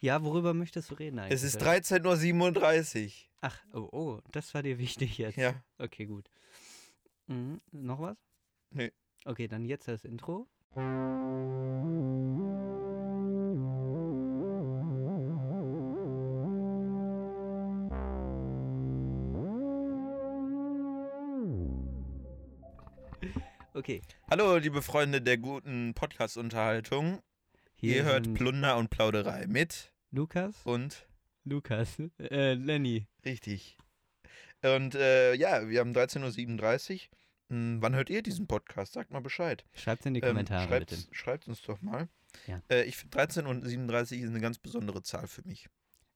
Ja, worüber möchtest du reden eigentlich? Es ist 13.37 Uhr. Ach, oh, oh, das war dir wichtig jetzt. Ja. Okay, gut. Mhm, noch was? Nee. Okay, dann jetzt das Intro. Okay, Hallo, liebe Freunde der guten Podcast-Unterhaltung. hier Ihr hört Oh. sind Plunder und Plauderei mit Lukas, und Lukas, äh, Lenny. richtig. Und äh, ja, wir haben 13.37 Uhr. Hm, wann hört ihr diesen Podcast? Sagt mal Bescheid. Schreibt's in die Ähm, Kommentare schreibt's- bitte. Schreibt uns doch mal. Ja. Äh, ich finde 13.37 Uhr ist eine ganz besondere Zahl für mich.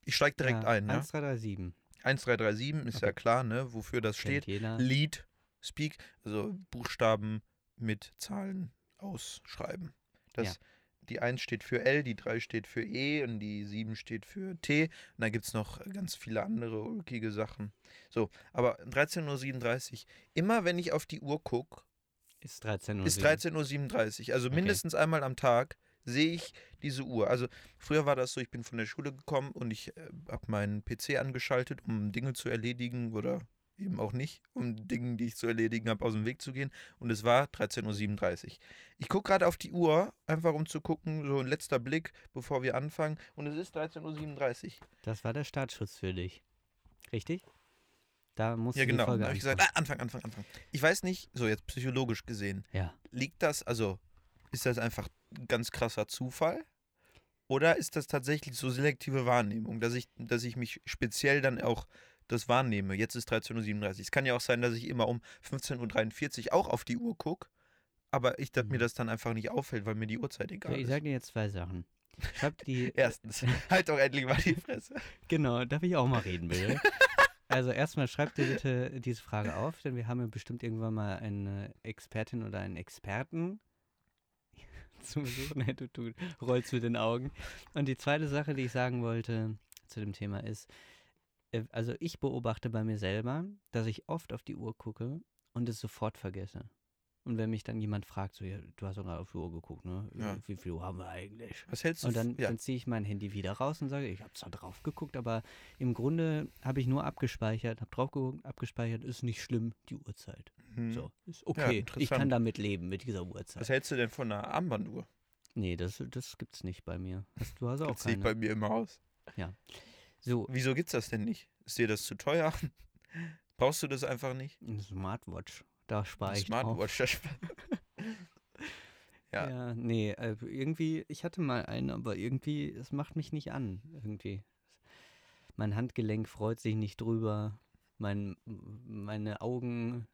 Ich steige direkt ja, ein. Ne? 1337. 1337 ist ja klar, ne? wofür das Kennt steht. jeder. Lead, Speak, also Buchstaben mit Zahlen ausschreiben. Das, Die 1 steht für L, die 3 steht für E und die 7 steht für T. Und dann gibt es noch ganz viele andere ulkige Sachen. So, aber 13.37 Uhr, immer wenn ich auf die Uhr gucke, Ist 13 Uhr. ist 13.37 Uhr. Also Okay. mindestens einmal am Tag sehe ich diese Uhr. Also früher war das so, ich bin von der Schule gekommen und ich äh, habe meinen PC angeschaltet, um Dinge zu erledigen oder eben auch nicht, um Dinge, die ich zu erledigen habe, aus dem Weg zu gehen. Und es war 13.37 Uhr. Ich gucke gerade auf die Uhr, einfach um zu gucken, so ein letzter Blick, bevor wir anfangen. Und es ist 13.37 Uhr. Das war der Startschuss für dich. Richtig? Da musst Ja, du genau. die Da Folge habe ich gesagt, anfangen. ah, Anfang, Anfang, Anfang. Ich weiß nicht, so jetzt psychologisch gesehen, Ja. liegt das, also ist das einfach ein ganz krasser Zufall? Oder ist das tatsächlich so selektive Wahrnehmung, dass ich, dass ich mich speziell dann auch das wahrnehme? Jetzt ist 13.37 Uhr. Es kann ja auch sein, dass ich immer um 15.43 Uhr auch auf die Uhr gucke, aber ich, dass mir das dann einfach nicht auffällt, weil mir die Uhrzeit So, egal ich ist. sage dir jetzt zwei Sachen. Schreib die. Erstens, halt doch endlich mal die Fresse. Genau, darf ich auch mal reden, bitte? Also erstmal schreib dir bitte diese Frage auf, denn wir haben ja bestimmt irgendwann mal eine Expertin oder einen Experten zu Besuch. Nee, du, du rollst mit den Augen. Und die zweite Sache, die ich sagen wollte zu dem Thema ist, äh, also ich beobachte bei mir selber, dass ich oft auf die Uhr gucke und es sofort vergesse. Und wenn mich dann jemand fragt, so, ja, du hast doch gerade auf die Uhr geguckt, ne? Ja. Wie viel Uhr haben wir eigentlich? Was hältst du Und dann, f- ja. dann ziehe ich mein Handy wieder raus und sage, ich habe zwar drauf geguckt, aber im Grunde habe ich nur abgespeichert, habe drauf geguckt, abgespeichert, ist nicht schlimm, die Uhrzeit. Hm. So, ist okay, ich interessant. kann damit leben, mit dieser Was Uhrzeit. hältst du denn von einer Armbanduhr? Nee, das, das gibt's nicht bei mir. Hast- Du hast auch Das sehe ich keine. bei mir immer aus. So, Wieso gibt's das denn nicht? Ist dir das zu teuer? Brauchst du das einfach nicht? eine Smartwatch, da spare ich drauf. Smartwatch. das sp- Ja. Ja. nee, äh, irgendwie, ich hatte mal einen, aber irgendwie, es macht mich nicht an, irgendwie. Mein Handgelenk freut sich nicht drüber, mein, meine Augen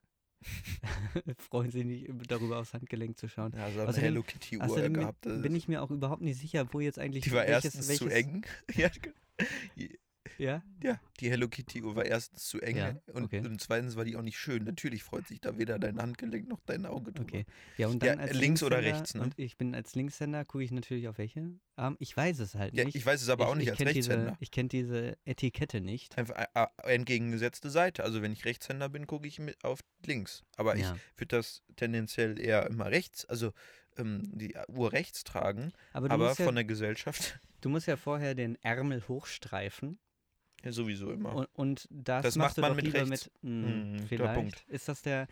freuen sich nicht darüber, aufs Handgelenk zu schauen. Ja, so eine Außerdem- Hello Kitty Uhr Außerdem gehabt. das bin, bin ist- ich mir auch überhaupt nicht sicher, wo jetzt eigentlich die war welches- erstens welches, zu eng. ja, ge- Ja, ja, die Hello Kitty Uhr war erstens zu eng. Ja, und, okay. und zweitens war die auch nicht schön. Natürlich freut sich da weder dein Handgelenk noch dein Auge drüber. okay. Ja, und Ja, dann als links oder Linkshänder- rechts, ne? Und ich bin als Linkshänder, gucke ich natürlich auf welche. Arm- ich weiß es halt Ja, nicht. ich weiß es aber auch nicht ich als kenn Diese, Rechtshänder. ich kenne diese Etikette nicht. Einfach äh, äh, entgegengesetzte Seite. Also wenn ich Rechtshänder bin, gucke ich mit auf links. Aber Ja. ich würde das tendenziell eher immer rechts, also ähm, die Uhr rechts tragen, Aber du aber musst ja von der Gesellschaft Du musst ja vorher den Ärmel hochstreifen ja, sowieso immer. und, und das, Das machst macht du man doch mit lieber rechts. mit mh, Mm, guter vielleicht Punkt. ist das der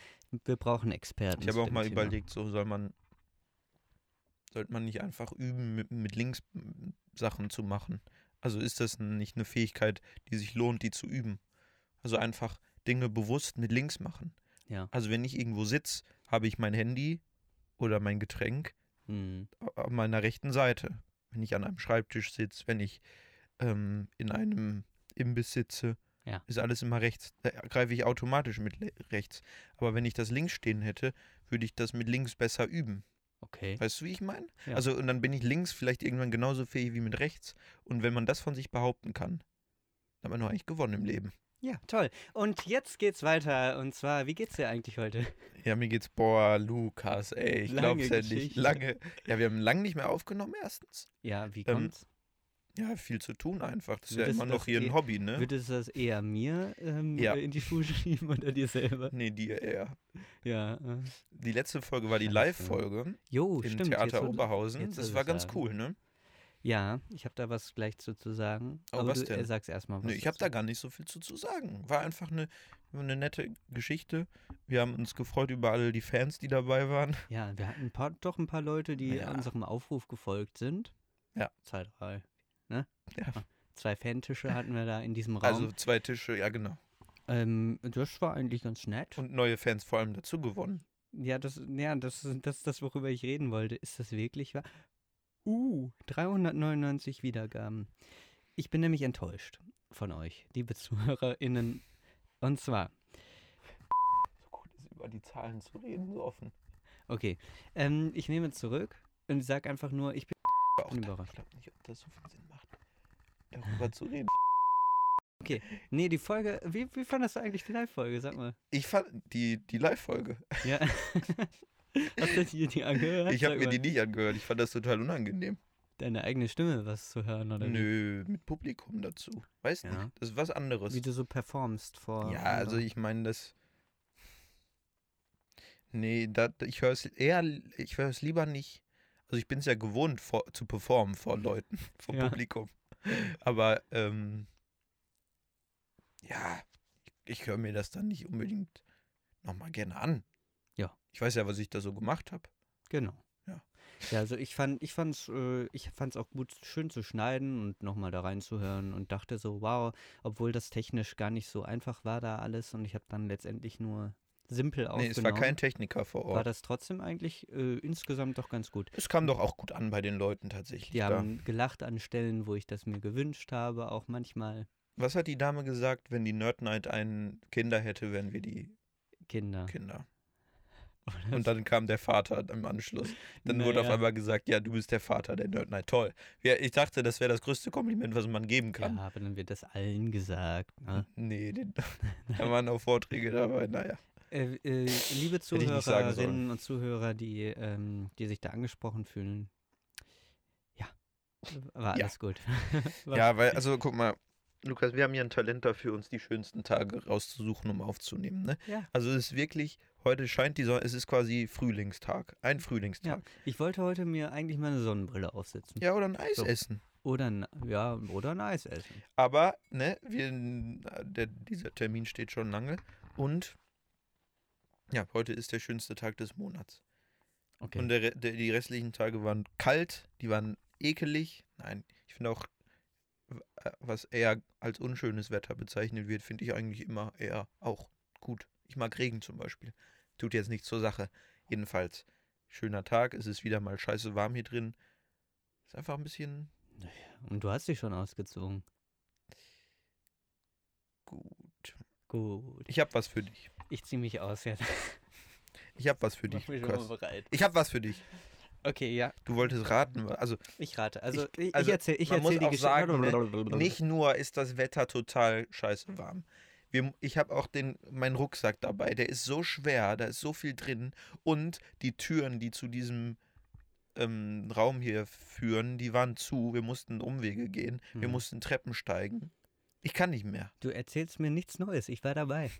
wir brauchen Experten. Ich habe zu auch dem mal Thema. überlegt, so soll man, sollte man nicht einfach üben, mit, mit links m, Sachen zu machen? Also ist das nicht eine Fähigkeit, die sich lohnt, die zu üben? Also einfach Dinge bewusst mit links machen. Ja. Also wenn ich irgendwo sitze, habe ich mein Handy oder mein Getränk Hm. a- an meiner rechten Seite. Wenn ich an einem Schreibtisch sitze, wenn ich ähm, in einem Imbiss sitze, Ja. ist alles immer rechts. Da greife ich automatisch mit le- rechts. Aber wenn ich das links stehen hätte, würde ich das mit links besser üben. Okay. Weißt du, wie ich meine? Ja. Also, und dann bin ich links vielleicht irgendwann genauso fähig wie mit rechts. Und wenn man das von sich behaupten kann, dann hat man nur eigentlich gewonnen im Leben. Ja, toll. Und jetzt geht's weiter und zwar, wie geht's dir eigentlich heute? Ja, mir geht's, boah, Lukas, ey, ich Lange glaub's ja nicht. Geschichte. Lange. Ja, wir haben lange nicht mehr aufgenommen, erstens. Ja, wie Ähm, kommt's? Ja, viel zu tun einfach. Das ist Würdest ja du immer noch das hier eh- ein Hobby, ne? Würdest du das eher mir ähm, Ja. in die Schuhe schieben oder dir selber? Nee, dir eher. Ja. äh. Die letzte Folge war die Scheiße. Live-Folge Jo, im stimmt. jetzt Theater wo du- Oberhausen. jetzt, wo Das du war es ganz sagst. cool, ne? Ja, ich habe da was gleich zu, zu sagen. Oh, aber was du denn? äh, sagst erstmal was. Nö, ich habe da dazu. gar nicht so viel zu, zu sagen. War einfach eine, eine nette Geschichte. Wir haben uns gefreut über alle die Fans, die dabei waren. Ja, wir hatten ein paar, doch ein paar Leute, die Ja. unserem Aufruf gefolgt sind. Ja. Zwei, drei. Ne? Ja. Zwei Fantische hatten wir da in diesem Raum. Also zwei Tische, ja genau. ähm, das war eigentlich ganz nett. Und neue Fans vor allem dazu gewonnen. Ja, das, ja, das ist das, ist das, worüber ich reden wollte. Ist das wirklich wahr? Uh, 399 Wiedergaben. Ich bin nämlich enttäuscht von euch, liebe ZuhörerInnen. Und zwar, So gut ist über die Zahlen zu reden, so offen. okay, ähm, ich nehme zurück und sage einfach nur, ich bin, Auch bin da, überrascht. ich glaube nicht, ob das so viel Sinn macht, darüber zu reden. Nee, die Folge, wie, wie fandest du eigentlich die Live-Folge? Sag mal. Ich fand die, die Live-Folge. Ja. Hast du dir die angehört? Ich habe Sag mir mal. die nicht angehört. Ich fand das total unangenehm. Deine eigene Stimme was zu hören, oder? wie? Nö, mit Publikum dazu. Weiß Ja. nicht. Das ist was anderes. Wie du so performst vor. Ja, also anderen. ich meine, das. Nee, dat, ich höre es eher, ich höre es lieber nicht. Also ich bin es ja gewohnt vor, zu performen vor Leuten, vor Ja. Publikum. Aber ähm, ja, ich, ich höre mir das dann nicht unbedingt nochmal gerne an. Ja. Ich weiß ja, was ich da so gemacht habe. Genau. Ja. Ja, also ich fand, ich fand's, äh, ich fand's auch gut, schön zu schneiden und nochmal da reinzuhören und dachte so, wow, obwohl das technisch gar nicht so einfach war da alles und ich habe dann letztendlich nur simpel Nee, aufgenommen. es war kein Techniker vor genau. war Ort. das trotzdem eigentlich äh, insgesamt doch ganz gut. Es kam doch auch gut an bei den Leuten tatsächlich. Die da. haben gelacht an Stellen, wo ich das mir gewünscht habe, auch manchmal Was hat die Dame gesagt, wenn die Nerd Night einen Kinder hätte, wären wir die Kinder. Kinder? Und dann kam der Vater im Anschluss. Dann wurde auf Naja. einmal gesagt, ja, du bist der Vater der Nerd Night. Toll. Ja, ich dachte, das wäre das größte Kompliment, was man geben Ja, kann. aber dann wird das allen gesagt. Ne? Nee, den, da waren auch Vorträge dabei. Naja. Äh, äh, liebe ich nicht sagen sollen. Zuhörerinnen und Zuhörer, die, ähm, die sich da angesprochen fühlen, ja, war Ja. alles gut. War- Ja, weil, also guck mal, Lukas, wir haben ja ein Talent dafür, uns die schönsten Tage rauszusuchen, um aufzunehmen. Ne? Ja. Also es ist wirklich, heute scheint die Sonne, es ist quasi Frühlingstag. Ein Frühlingstag. Ich wollte heute mir eigentlich meine Sonnenbrille aufsetzen. Ja, oder ein Eis So. essen. Oder, ein- ja, oder ein Eis essen. Aber, ne, wir, äh, der, dieser Termin steht schon lange. Und ja, heute ist der schönste Tag des Monats. Okay. Und der, Re- der, die restlichen Tage waren kalt, die waren ekelig. Nein, ich finde auch, w- äh, was eher als unschönes Wetter bezeichnet wird, finde ich eigentlich immer eher auch gut. Ich mag Regen zum Beispiel. Tut jetzt nichts zur Sache. Jedenfalls, schöner Tag, es ist wieder mal scheiße warm hier drin. Ist einfach ein bisschen und du hast dich schon ausgezogen. gut. Gut. Ich habe was für dich. Ich ziehe mich aus jetzt. Ich habe was für Mach dich, mich schon mal Lukas. bereit. Ich habe was für dich. Okay, ja, Du wolltest raten. wa- Also ich rate. Also ich, ich also, erzähle ich man muss erzähl die auch Geschichte. sagen, ne, nicht nur ist das Wetter total scheiße warm. Wir, ich habe auch den, meinen Rucksack dabei. Der ist so schwer, da ist so viel drin. Und die Türen, die zu diesem ähm, Raum hier führen, die waren zu. Wir mussten Umwege gehen. Wir Mhm. mussten Treppen steigen. Ich kann nicht mehr. Du erzählst mir nichts Neues, ich war dabei.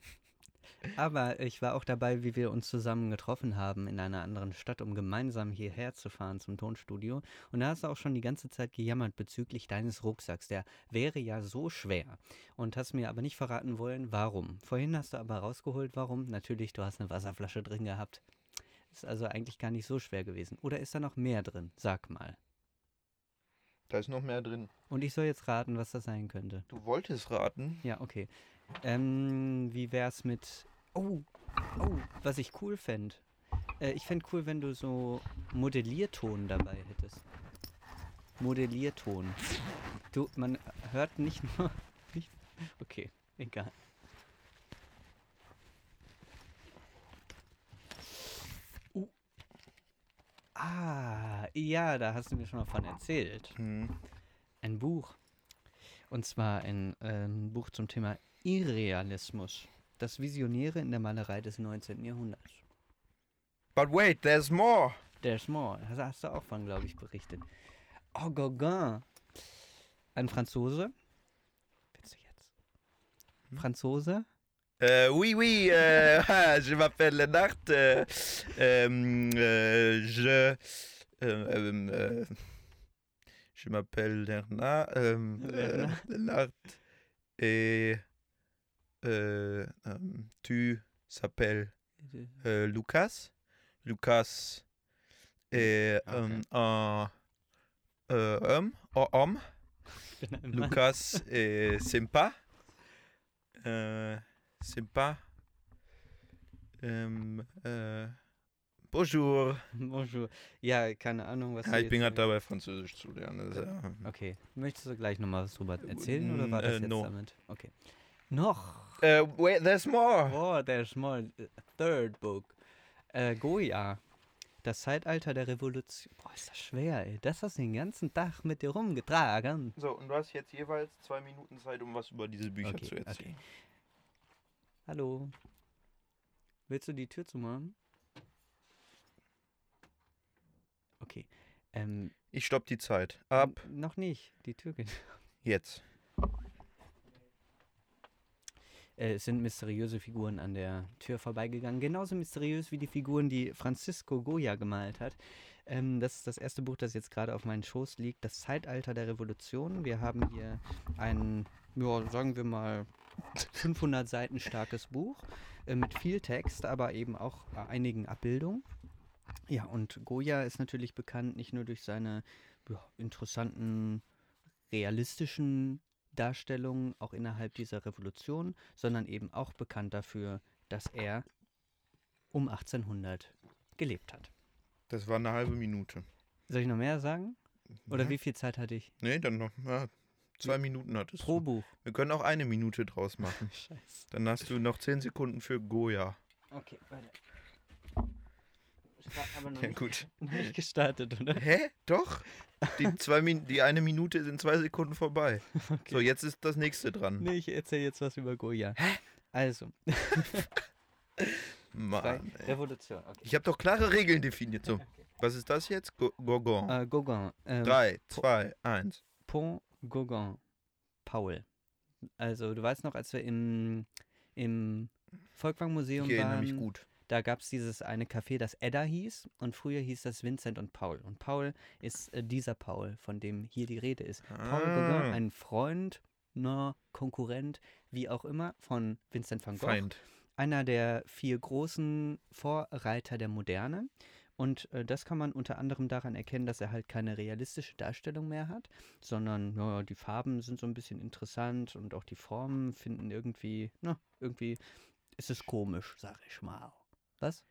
Aber ich war auch dabei, wie wir uns zusammen getroffen haben in einer anderen Stadt, um gemeinsam hierher zu fahren zum Tonstudio. Und da hast du auch schon die ganze Zeit gejammert bezüglich deines Rucksacks. Der wäre ja so schwer. Und hast mir aber nicht verraten wollen, warum. Vorhin hast du aber rausgeholt, warum. Natürlich, du hast eine Wasserflasche drin gehabt. Ist also eigentlich gar nicht so schwer gewesen. Oder ist da noch mehr drin? Sag mal. Da ist noch mehr drin. Und ich soll jetzt raten, was das sein könnte. Du wolltest raten. Ja, okay. Ähm, wie wär's mit. Oh, oh, was ich cool fände. Äh, ich fände cool, wenn du so Modellierton dabei hättest. Modellierton. Du, man hört nicht nur. Nicht, okay, egal. Uh. Ah, ja, da hast du mir schon mal von erzählt Hm. ein Buch. Und zwar ein ähm, Buch zum Thema Irrealismus. Das Visionäre in der Malerei des 19. Jahrhunderts. But wait, there's more. There's more. Hast, hast du auch von, glaube ich, berichtet. Oh, Gauguin. Ein Franzose. Willst du jetzt? Hm? Franzose? Euh, oui, oui, euh, ah, je m'appelle Lennart. euh, euh, euh, je. euh, euh, euh, Je m'appelle Lernat. Ähm, äh, Lernat. Lernat. Et, äh, ähm, tu s'appelles äh, Lukas. Lukas. Et, ähm, un, äh, homme, un homme. Ich bin ein Mann. Lukas äh, Simpa. Äh, Simpa. Ähm, äh, bonjour. Bonjour. Ja, keine Ahnung, was. Ja, du ich bin jetzt- gerade dabei, Französisch zu lernen. Das, ist Okay. Möchtest du gleich nochmal was drüber erzählen oder war äh, das jetzt no. damit? Okay. Noch. ja. äh, wait, there's more. Oh, there's more. Third book. Äh, Goya. Das Zeitalter der Revolution. Boah, ist das schwer, ey. Das hast du den ganzen Tag mit dir rumgetragen. So, und du hast jetzt jeweils zwei Minuten Zeit, um was über diese Bücher Okay, zu erzählen. Hallo. Willst du die Tür zumachen? Okay. Ähm, Ich stopp die Zeit. Ab n- Noch nicht. Die Tür geht. jetzt. Äh, es sind mysteriöse Figuren an der Tür vorbeigegangen. Genauso mysteriös wie die Figuren, die Francisco Goya gemalt hat. Ähm, das ist das erste Buch, das jetzt gerade auf meinen Schoß liegt. Das Zeitalter der Revolution. Wir haben hier ein, ja, sagen wir mal, 500 Seiten starkes Buch äh, mit viel Text, aber eben auch äh, einigen Abbildungen. Ja, und Goya ist natürlich bekannt nicht nur durch seine ja, interessanten, realistischen Darstellungen auch innerhalb dieser Revolution, sondern eben auch bekannt dafür, dass er um 1800 gelebt hat. Das war eine halbe Minute. Soll ich noch mehr sagen? Oder Ja. wie viel Zeit hatte ich? Nee, dann noch. Ja, zwei Hm. Minuten hattest Pro du. Buch. Wir können auch eine Minute draus machen. Scheiße. Dann hast du noch zehn Sekunden für Goya. Okay, warte. Ich war aber noch Ja, nicht, gut. noch nicht gestartet, oder? Hä? Doch? Die, zwei Min die eine Minute sind zwei Sekunden vorbei. So, jetzt ist das nächste dran. Nee, ich erzähle jetzt was über Goya. Also, frei- Mann. ey. Revolution. Okay. Ich habe doch klare Regeln definiert. So, was ist das jetzt? Go- Gorgon. Äh, Gauguin. Ähm, Drei, zwei, eins. Pont Gauguin, Paul. Also du weißt noch, als wir im, im Volkwang-Museum Ich erinnere waren, mich gut. da gab es dieses eine Café, das Edda hieß und früher hieß das Vincent und Paul. Und Paul ist äh, dieser Paul, von dem hier die Rede ist. Paul Gauguin, Ah, ein Freund, na, Konkurrent, wie auch immer, von Vincent van Gogh Feind. einer der vier großen Vorreiter der Moderne. Und äh, das kann man unter anderem daran erkennen, dass er halt keine realistische Darstellung mehr hat, sondern ja, die Farben sind so ein bisschen interessant und auch die Formen finden irgendwie, na, irgendwie ist es komisch, sag ich mal. Was?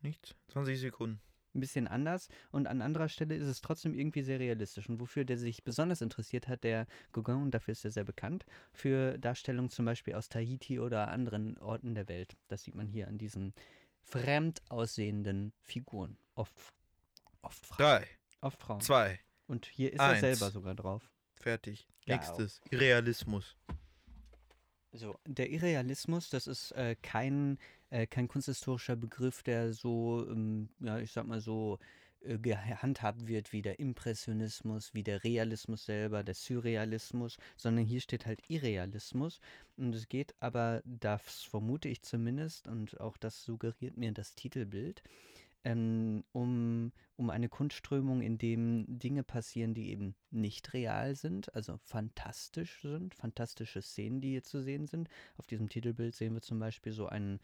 Nichts. 20 Sekunden. Ein bisschen anders und an anderer Stelle ist es trotzdem irgendwie sehr realistisch. Und wofür der sich besonders interessiert hat, der Gauguin, und dafür ist er sehr bekannt, für Darstellungen zum Beispiel aus Tahiti oder anderen Orten der Welt. Das sieht man hier an diesen fremd aussehenden Figuren. Oft, oft Frauen. Drei, Oft Frauen. zwei, Und hier ist eins. er selber sogar drauf. fertig. Ja. Nächstes. Realismus. So, der Irrealismus, das ist äh, kein, äh, kein kunsthistorischer Begriff, der so, ähm, ja, ich sag mal so, äh, gehandhabt wird wie der Impressionismus, wie der Realismus selber, der Surrealismus, sondern hier steht halt Irrealismus. Und es geht aber, das vermute ich zumindest, und auch das suggeriert mir das Titelbild, ähm, um, um eine Kunstströmung, in dem Dinge passieren, die eben nicht real sind, also fantastisch sind, fantastische Szenen, die hier zu sehen sind. Auf diesem Titelbild sehen wir zum Beispiel so einen,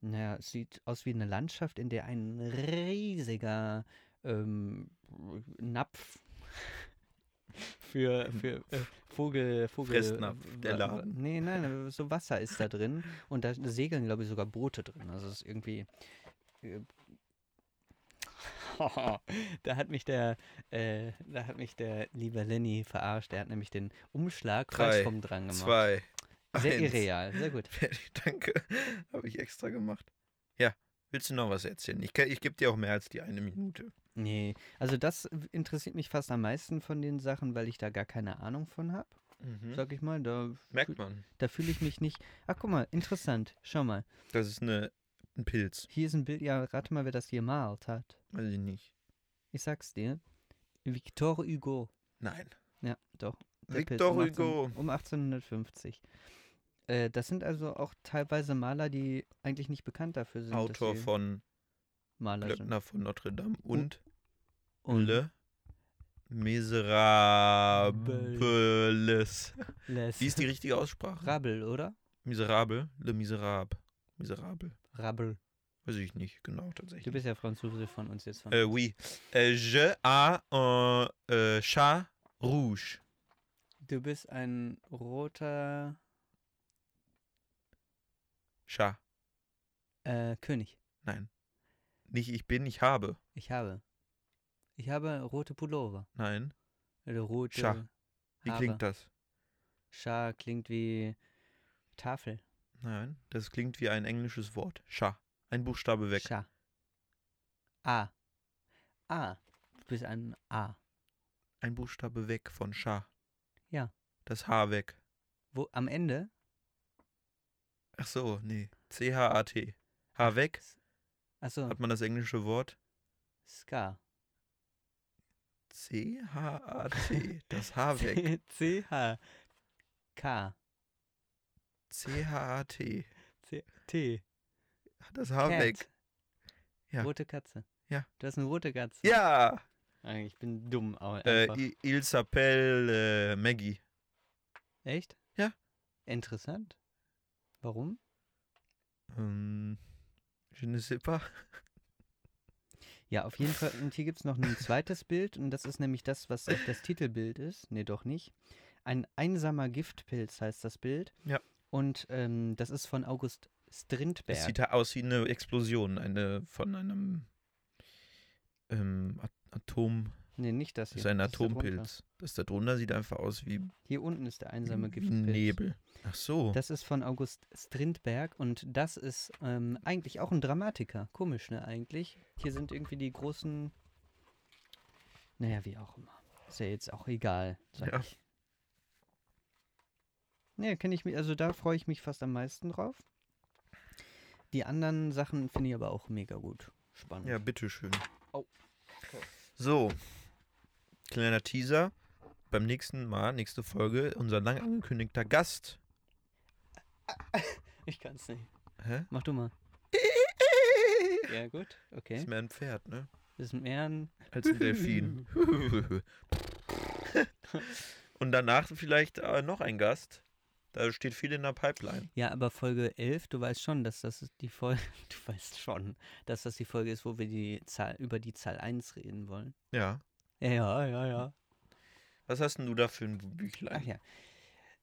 naja, es sieht aus wie eine Landschaft, in der ein riesiger ähm, Napf für, für äh, Vogel, Vogel. äh, Fressnapf, wa- der wa- Laden. Nee, nein, so Wasser ist da drin und da segeln, glaube ich, sogar Boote drin. Also es ist irgendwie äh, da hat mich der, äh, da hat mich der liebe Lenny verarscht. Der hat nämlich den Umschlag Drei, falsch rum dran gemacht. Zwei. sehr eins. irreal, sehr gut. Fertig, danke. Habe ich extra gemacht. Ja, willst du noch was erzählen? Ich, kann- ich gebe dir auch mehr als die eine Minute. Nee, also das interessiert mich fast am meisten von den Sachen, weil ich da gar keine Ahnung von habe, Mhm. sag ich mal. Da, Merkt man. da fühle ich mich nicht. Ach, guck mal, interessant. Schau mal. Das ist eine, ein Pilz. Hier ist ein Bild. Ja, rate mal, wer das gemalt hat. Weiß ich nicht. Ich sag's dir. Victor Hugo. Nein. Ja, doch. Der Pilz Victor um 18 Hugo. Um 1850. Äh, das sind also auch teilweise Maler, die eigentlich nicht bekannt dafür sind. dass Autor sie von Maler sind. Oh. Glöckner von Notre Dame und Und Le Miserables. Les Wie ist die richtige Aussprache? Rabbel, oder? Miserable? Le Miserable. Miserable. Rabbel. Weiß ich nicht, genau, Du tatsächlich. bist ja Franzose von uns jetzt. Von Äh, oui. Äh, je a un äh, chat rouge. Du bist ein roter Chat. äh, König. Nein. Nicht ich bin, ich habe. Ich habe. Ich habe rote Pullover. Nein. Oder rote. Schach. Wie klingt das? Schar klingt wie Tafel. Nein. Das klingt wie ein englisches Wort. Chat. Ein Buchstabe weg. Schar. A. A. Du bist ein A. Ein Buchstabe weg von Chat. Ja. Das H weg. Wo, am Ende? Ach so, nee. C-H-A-T. H weg. Achso, Hat man das englische Wort? Ska. C-H-A-T. Das H weg. C-H. K. C-H-A-T. T. Das H Cat. weg. Ja. Rote Katze. Ja. Du hast eine rote Katze. Ja! Ah, Ich bin dumm, aber Äh, einfach. i- il s'appelle äh, Maggie. Echt? Ja. Interessant. Warum? Ähm, je ne sais pas. Ja, auf jeden Fall. Und hier gibt es noch ein zweites Bild und das ist nämlich das, was auch das Titelbild ist. Nee, doch nicht. Ein einsamer Giftpilz heißt das Bild. Ja. Und ähm, das ist von August Strindberg. Es sieht da aus wie eine Explosion, eine von einem ähm, At- Atom. nee, nicht das Das hier. ist ein das da drunter. Atompilz. Das da drunter sieht einfach aus wie, Hier unten ist der einsame wie Giftpilz. ein Nebel. Ach so. Das ist von August Strindberg und das ist ähm, eigentlich auch ein Dramatiker. Komisch, ne, eigentlich. Hier sind irgendwie die großen. Naja, wie auch immer. Ist ja jetzt auch egal, sag Ja. ich. Naja, kenne ich mich, also da freue ich mich fast am meisten drauf. Die anderen Sachen finde ich aber auch mega gut. Spannend. Ja, bitteschön. Au. So, kleiner Teaser. Beim nächsten Mal, nächste Folge, unser lang angekündigter Gast. Ich kann's nicht. Hä? Mach du mal. Ja, gut. Okay. Ist mehr ein Pferd, ne? Das ist mehr ein. Als ein Delfin. Und danach vielleicht äh, noch ein Gast. Da steht viel in der Pipeline. Ja, aber Folge 11, du weißt schon, dass das die Folge, du weißt schon, dass das die Folge ist, wo wir die Zahl, über die Zahl 1 reden wollen. Ja. Ja, ja, ja, ja. Was hast denn du da für ein Büchlein? Ach ja.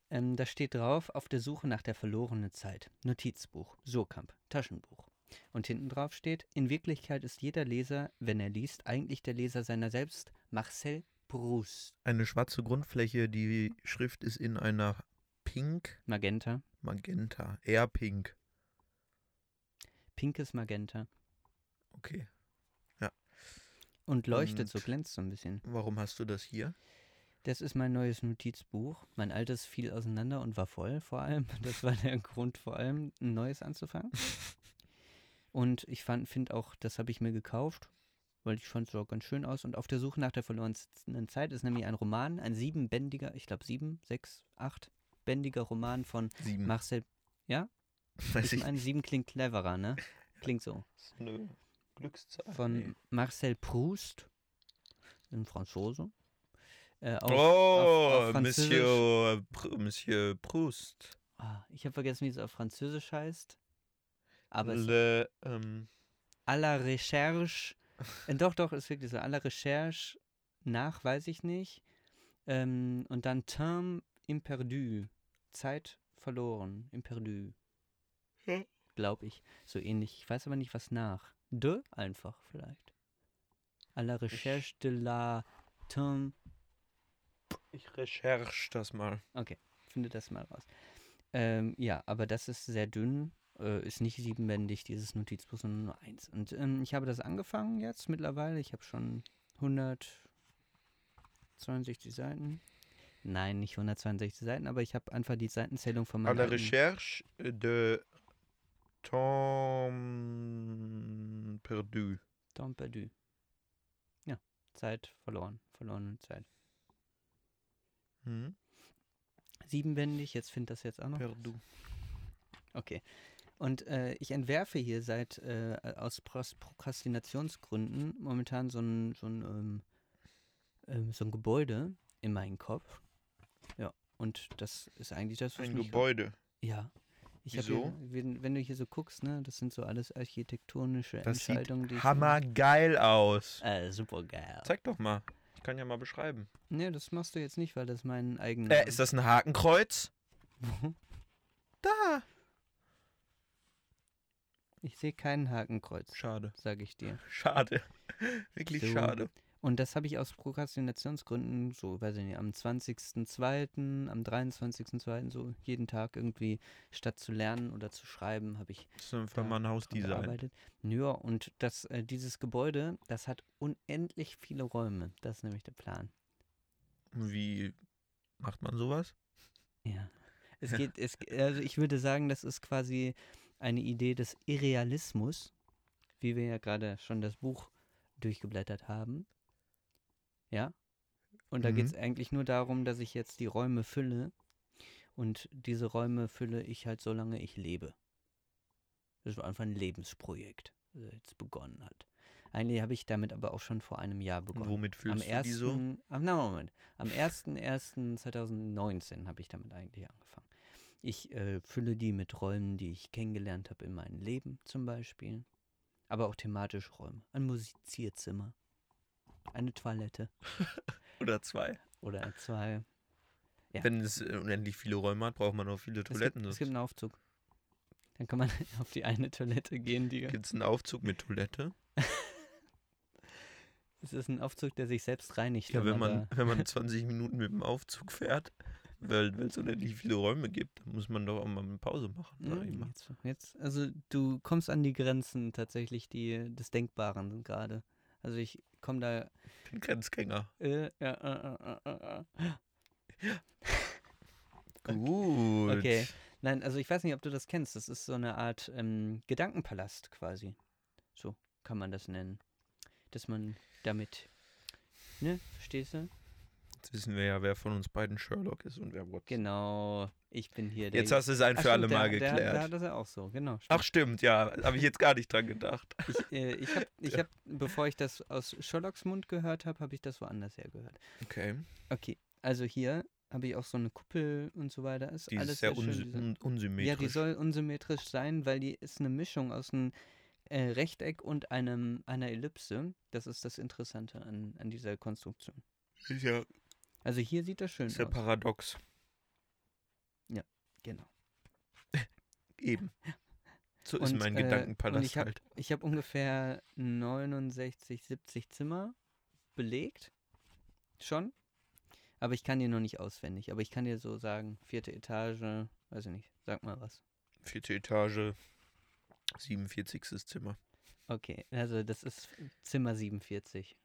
Ähm, da steht drauf, auf der Suche nach der verlorenen Zeit. Notizbuch, Surkamp, Taschenbuch. Und hinten drauf steht, in Wirklichkeit ist jeder Leser, wenn er liest, eigentlich der Leser seiner selbst, Marcel Proust. Eine schwarze Grundfläche, die Schrift ist in einer Pink, Magenta, Magenta, eher Pink. pinkes Magenta. Okay. Und leuchtet, so Und- glänzt so ein bisschen. Warum hast du das hier? Das ist mein neues Notizbuch. Mein altes fiel auseinander und war voll vor allem. Das war der Grund vor allem, ein neues anzufangen. Und ich finde auch, das habe ich mir gekauft, weil ich fand es auch ganz schön aus. Und auf der Suche nach der verlorenen äh, Zeit ist nämlich ein Roman, ein siebenbändiger, ich glaube sieben, sechs, acht bändiger Roman von Sieben. Marcel. Hm. Weiß Ich ich. meine, sieben klingt cleverer, ne? Klingt so. Eine Glückszahl. Von Ah, Nee. Marcel Proust, ein Franzose. Äh, auf, oh, auf Französisch. Monsieur, Pr- Monsieur Proust. Ah, ich habe vergessen, wie es auf Französisch heißt. Aber es Le, ähm, à la recherche. Äh, doch, doch, ist wirklich so. À la recherche nach, weiß ich nicht. Ähm, und dann Term imperdu. Zeit verloren. Imperdu. Ja. Glaube ich. So ähnlich. Ich weiß aber nicht, was nach. De einfach vielleicht. À la recherche de la term ich recherche das mal. finde das mal raus. Ähm, ja, aber das ist sehr dünn. Äh, ist nicht siebenbändig, dieses Notizbuch, sondern nur eins. Und ähm, ich habe das angefangen jetzt mittlerweile. Ich habe schon 162 Seiten. Nein, nicht 162 Seiten, aber ich habe einfach die Seitenzählung von À meinem la alten- recherche de temps perdu. Temps perdu. Ja, Zeit verloren. Verlorene Zeit. Hm? Siebenbändig, jetzt findet das jetzt auch noch. Perdu. Okay. Und äh, ich entwerfe hier seit, äh, aus Pros- Prokrastinationsgründen momentan so ein, so ein ähm, ähm, so ein Gebäude in meinen Kopf. Ja, und das ist eigentlich das, was Ein mich Gebäude. Ja. Ich hab Wieso? Hier, wenn, wenn du hier so guckst, ne, das sind so alles architektonische Das sieht Entscheidungen, die ich hammergeil aus. immer- Äh, super geil. Zeig doch mal. Ich kann ja mal beschreiben. Ne, das machst du jetzt nicht, weil das mein eigener. Äh, ist das ein Hakenkreuz? Da. ich sehe keinen Hakenkreuz, Schade. sage ich dir. Schade. Wirklich So. schade. Und das habe ich aus Prokrastinationsgründen, so, weiß ich nicht, am 20.02., am 23.02., so jeden Tag irgendwie, statt zu lernen oder zu schreiben, habe ich Das ist einfach Da mal ein dran Hausdesign. gearbeitet. Ja, und das, äh, dieses Gebäude, das hat unendlich viele Räume. Das ist nämlich der Plan. Wie macht man sowas? Ja. Es geht, es, ge- also ich würde sagen, das ist quasi eine Idee des Irrealismus, wie wir ja gerade schon das Buch durchgeblättert haben. Ja. Und da Mhm. geht es eigentlich nur darum, dass ich jetzt die Räume fülle. Und diese Räume fülle ich halt, solange ich lebe. Das war einfach ein Lebensprojekt, das jetzt begonnen hat. Eigentlich habe ich damit aber auch schon vor einem Jahr Und begonnen. womit Am fühlst du die so? 1. Am, na, Moment. Am 1.1.2019 habe ich damit eigentlich angefangen. Ich äh, fülle die mit Räumen, die ich kennengelernt habe in meinem Leben zum Beispiel. Aber auch thematisch Räume. Ein Musizierzimmer. Eine Toilette. Oder zwei. Oder zwei. Ja. Wenn es äh, unendlich viele Räume hat, braucht man auch viele Toiletten. Es gibt, es gibt einen Aufzug. Dann kann man auf die eine Toilette gehen, die. Gibt es einen Aufzug mit Toilette? Es ist ein Aufzug, der sich selbst reinigt. Ja, wenn man, da- wenn man 20 Minuten mit dem Aufzug fährt, weil weil es unendlich viele Räume gibt, dann muss man doch auch mal eine Pause machen. Ja, sag ich mal. Ne? jetzt, jetzt, also du kommst an die Grenzen tatsächlich die, des Denkbaren gerade. Also ich komme da. Ich bin Grenzgänger. Äh, ja, äh, äh, äh, äh. Gut. Okay. Nein, also ich weiß nicht, ob du das kennst. Das ist so eine Art ähm, Gedankenpalast quasi. So kann man das nennen. Dass man damit. Ne, verstehst du? Jetzt wissen wir ja, wer von uns beiden Sherlock ist und wer Watson. Genau. Ich bin hier der. Jetzt hast du es ein Ach, für alle stimmt, der- Mal der- geklärt. Der, hat das ja auch so, genau. stimmt. Ach stimmt, ja, habe ich jetzt gar nicht dran gedacht. Ich, äh, ich habe, ich Ja. hab, bevor ich das aus Sherlocks Mund gehört habe, habe ich das woanders her gehört. Okay. Okay, also hier habe ich auch so eine Kuppel und so weiter. Ist Die alles ist sehr sehr schön, uns diese- un unsymmetrisch. Ja, die soll unsymmetrisch sein, weil die ist eine Mischung aus einem äh, Rechteck und einem, einer Ellipse. Das ist das Interessante an, an dieser Konstruktion. ist ja, Also hier sieht das schön ist ja aus. paradox. Genau. Eben. So ist Und, mein äh, und Gedankenpalast ich hab- halt. Ich habe ungefähr 69, 70 Zimmer belegt. Schon. Aber ich kann dir noch nicht auswendig. Aber ich kann dir so sagen, vierte Etage, weiß ich nicht, sag mal was. Vierte Etage, 47. Zimmer. Okay, also das ist Zimmer 47.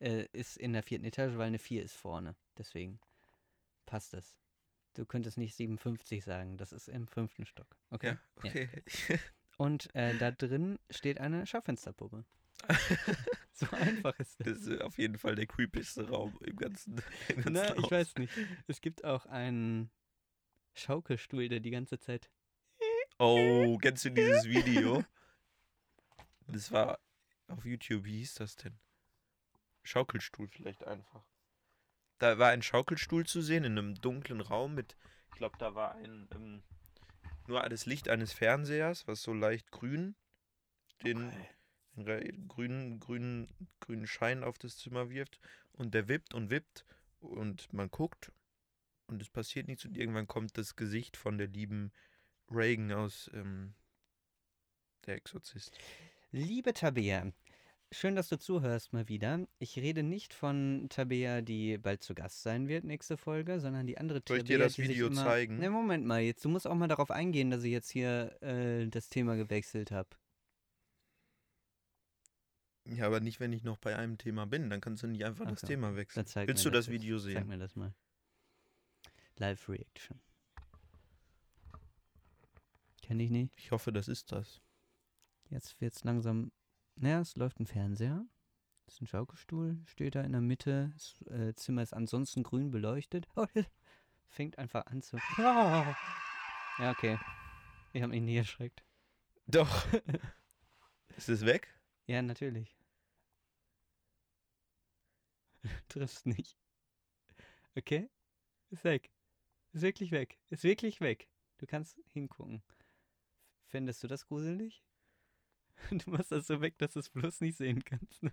Äh, ist in der vierten Etage, weil eine 4 ist vorne. Deswegen passt das. Du könntest nicht 57 sagen, das ist im fünften Stock. Okay. Ja, okay. Und äh, da drin steht eine Schaufensterpuppe. so einfach ist das. Das ist auf jeden Fall der creepigste Raum im ganzen, im ganzen Na, Haus. Ne, ich weiß nicht. Es gibt auch einen Schaukelstuhl, der die ganze Zeit. Oh, kennst du dieses Video? Das war auf YouTube, wie hieß das denn? Schaukelstuhl vielleicht einfach. Da war ein Schaukelstuhl zu sehen in einem dunklen Raum mit, ich glaube, da war ein, ähm, nur das Licht eines Fernsehers, was so leicht grün, den, den re- grünen, grünen, grünen Schein auf das Zimmer wirft und der wippt und wippt und man guckt und es passiert nichts und irgendwann kommt das Gesicht von der lieben Reagan aus ähm, Der Exorzist. Liebe Tabea, schön, dass du zuhörst mal wieder. Ich rede nicht von Tabea, die bald zu Gast sein wird, nächste Folge, sondern die andere Tabea. Soll ich dir das die sich Video immer... zeigen? Ne, Moment mal, jetzt, du musst auch mal darauf eingehen, dass ich jetzt hier äh, das Thema gewechselt habe. Ja, aber nicht, wenn ich noch bei einem Thema bin. Dann kannst du nicht einfach das Okay. Thema wechseln. Dann zeig Willst mir du das jetzt. Video Zeig sehen? mir das mal. Live-Reaction. Kenn ich nicht. Ich hoffe, das ist das. Jetzt wird's langsam. Naja, es läuft ein Fernseher. Ist ein Schaukelstuhl, steht da in der Mitte. Das äh, Zimmer ist ansonsten grün beleuchtet. Oh, das fängt einfach an zu. Ja, okay. Ich habe mich nie erschreckt. Doch. ist es weg? Ja, natürlich. triffst nicht. Okay? Ist weg. Ist wirklich weg. Ist wirklich weg. Du kannst hingucken. Findest du das gruselig? Du machst das so weg, dass du es bloß nicht sehen kannst. ne?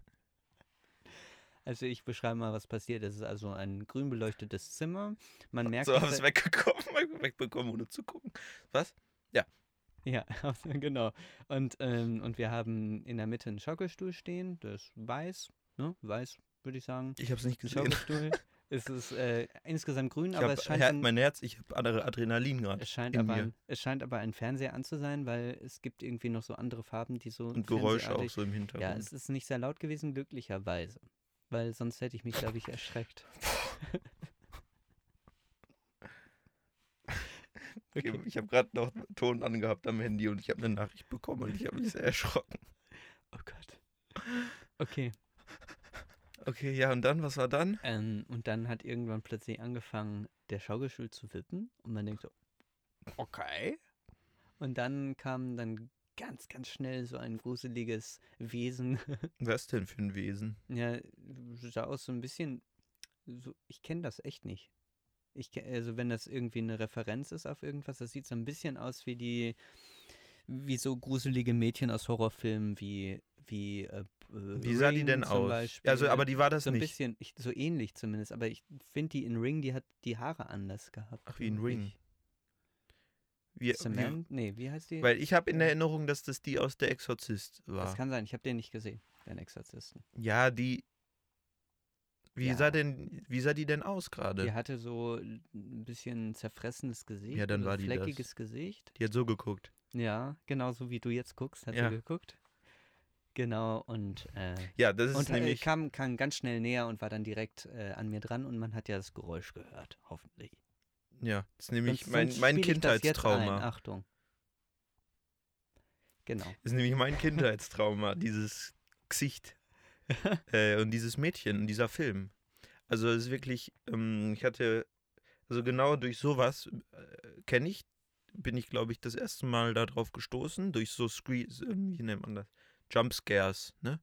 Also ich beschreibe mal, was passiert. Es ist also ein grün beleuctetes Zimmer. Man merkt, so dass habe ich es da- weggekommen, wegbekommen, ohne zu gucken. Was? Ja, genau. Und, ähm, und wir haben in der Mitte einen Schaukelstuhl stehen, der ist weiß, ne? Weiß, würde ich sagen. Ich habe es nicht Ein gesehen. Schaukelstuhl. es ist äh, insgesamt grün, Ich aber hab, äh, es scheint, Her- ein, mein Herz, ich habe andere Adrenalin gerade. es, scheint in aber mir. ein, es scheint aber ein Fernseher an zu sein, weil es gibt irgendwie noch so andere Farben, die so. Und Geräusche auch fernsehartig- so im Hintergrund. Ja, es ist nicht sehr laut gewesen, glücklicherweise. Weil sonst hätte ich mich, glaube ich, erschreckt. Okay, Ich habe gerade noch Ton angehabt am Handy und ich habe eine Nachricht bekommen und ich habe mich sehr erschrocken. Oh Gott. Okay. Okay, ja, und dann, was war dann? Ähm, und dann hat irgendwann plötzlich angefangen, der Schaukelstuhl zu wippen. Und man denkt so, okay. Und dann kam dann ganz, ganz schnell so ein gruseliges Wesen. Was denn für ein Wesen? ja, äh, sah aus so ein bisschen, so, ich kenne das echt nicht. Ich, ke- also wenn das irgendwie eine Referenz ist auf irgendwas, das sieht so ein bisschen aus wie die, wie so gruselige Mädchen aus Horrorfilmen wie, wie, äh, Wie sah die Ring denn zum aus? Beispiel. Also, aber die war das So ein nicht. bisschen, ich, so ähnlich zumindest, aber ich finde die in Ring, die hat die Haare anders gehabt. Ach, wie in glaub Ring. ich. Wie, wie, Samantha? Nee, wie heißt die? Äh, weil ich habe in Erinnerung, dass das die aus der Exorzist das war. kann sein, ich habe den nicht gesehen, den Exorzisten. Ja, die. Wie Ja. sah denn, wie sah die denn aus gerade? Die hatte so ein bisschen zerfressenes Gesicht, dann oder war die das. fleckiges Gesicht. Die hat so geguckt. Ja, genauso wie du jetzt guckst, hat Ja. sie geguckt. Genau, und, äh, Ja, das ist und äh, nämlich. kam, kam ganz schnell näher und war dann direkt äh, an mir dran und man hat ja das Geräusch gehört, hoffentlich. ja, das ist nämlich Sonst- mein, sonst mein spiel ich das jetzt Kindheitstrauma. Ein. Achtung. Genau. Das ist nämlich mein Kindheitstrauma, dieses Gesicht äh, und dieses Mädchen und dieser Film. Also es ist wirklich, ähm, ich hatte, also genau durch sowas äh, kenne ich, bin ich glaube ich das erste Mal darauf gestoßen, durch so Scree, ähm, wie nennt man das? Jumpscares, ne?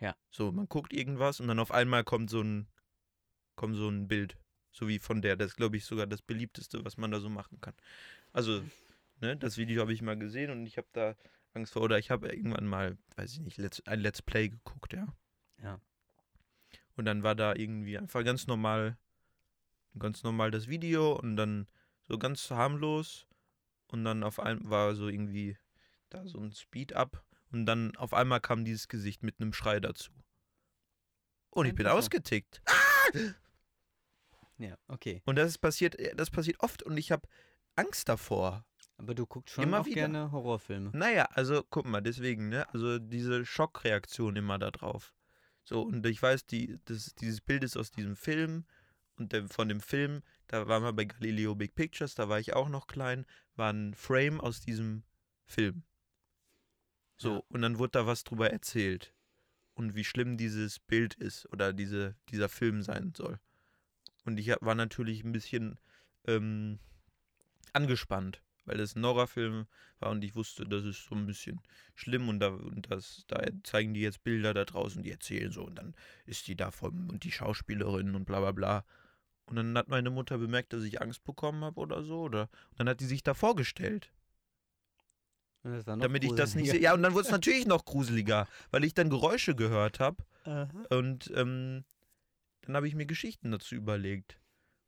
Ja. So, man guckt irgendwas und dann auf einmal kommt so ein, kommt so ein Bild, so wie von der. Das ist glaube ich sogar das beliebteste, was man da so machen kann. Also, ne, das Video habe ich mal gesehen und ich habe da Angst vor. Oder ich habe irgendwann mal, weiß ich nicht, Let's, ein Let's Play geguckt, ja. Ja. Und dann war da irgendwie einfach ganz normal, ganz normal das Video und dann so ganz harmlos. Und dann auf einmal war so irgendwie da so ein Speed-Up. Und dann auf einmal kam dieses Gesicht mit einem Schrei dazu. Und ich bin Interessant. ausgetickt. Ja, okay. Und das ist passiert, äh, das passiert oft und ich habe Angst davor. Aber du guckst schon Immer auch wieder. gerne Horrorfilme. Naja, also guck mal, deswegen, ne? Also diese Schockreaktion immer da drauf. So, und ich weiß, die, das, dieses Bild ist aus diesem Film und der, von dem Film, da waren wir bei Galileo Big Pictures, da war ich auch noch klein, war ein Frame aus diesem Film. So, Ja. und dann wurde da was drüber erzählt. Und wie schlimm dieses Bild ist oder diese, dieser Film sein soll. Und ich hab- war natürlich ein bisschen ähm, angespannt, weil das ein Horrorfilm war und ich wusste, das ist so ein bisschen schlimm und da, und das, da zeigen die jetzt Bilder da draußen, die erzählen so und dann ist die da vom und die Schauspielerin und bla bla bla. Und dann hat meine Mutter bemerkt, dass ich Angst bekommen habe oder so, oder? Und dann hat die sich da vorgestellt, Und das war noch damit ich das nicht gruseliger. sehe. Ja, und dann wurde es natürlich noch gruseliger, weil ich dann Geräusche gehört habe Aha. und ähm, dann habe ich mir Geschichten dazu überlegt.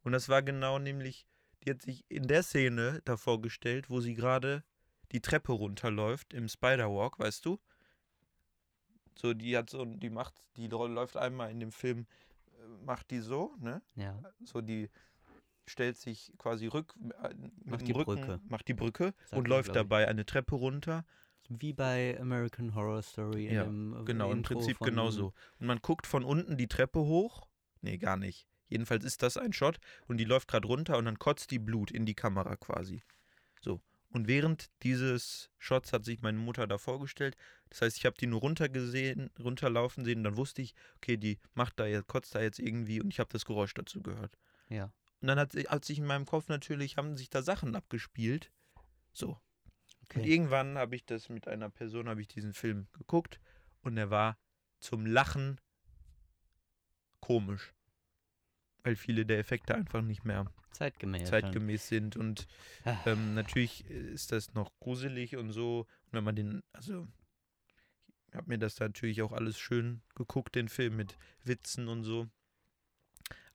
Und das war genau nämlich, die hat sich in der Szene da vorgestellt, wo sie gerade die Treppe runterläuft im Spider-Walk, weißt du? So, die hat so, die macht, die läuft einmal in dem Film, äh, macht die so, ne? Ja. so die stellt sich quasi rück äh, mit Macht dem die Rücken, Brücke. macht die Brücke Sagt man, und läuft glaub ich. dabei eine Treppe runter. Wie bei American Horror Story. Ja, in dem, äh, Genau, im Intro Prinzip von- genauso. Und man guckt von unten die Treppe hoch. Nee, gar nicht. Jedenfalls ist das ein Shot und die läuft gerade runter und dann kotzt die Blut in die Kamera quasi. So. Und während dieses Shots hat sich meine Mutter da vorgestellt. Das heißt, ich habe die nur runtergesehen, runterlaufen sehen. Und dann wusste ich, okay, die macht da jetzt, kotzt da jetzt irgendwie und ich habe das Geräusch dazu gehört. Ja. Und dann hat, si- hat sich in meinem Kopf natürlich, haben sich da Sachen abgespielt. So. Und Okay. irgendwann habe ich das mit einer Person, habe ich diesen Film geguckt und er war zum Lachen komisch. Weil viele der Effekte einfach nicht mehr Zeitgemäß. zeitgemäß sind. Und Ah. ähm, natürlich ist das noch gruselig und so. Und wenn man den, also ich habe mir das da natürlich auch alles schön geguckt, den Film mit Witzen und so.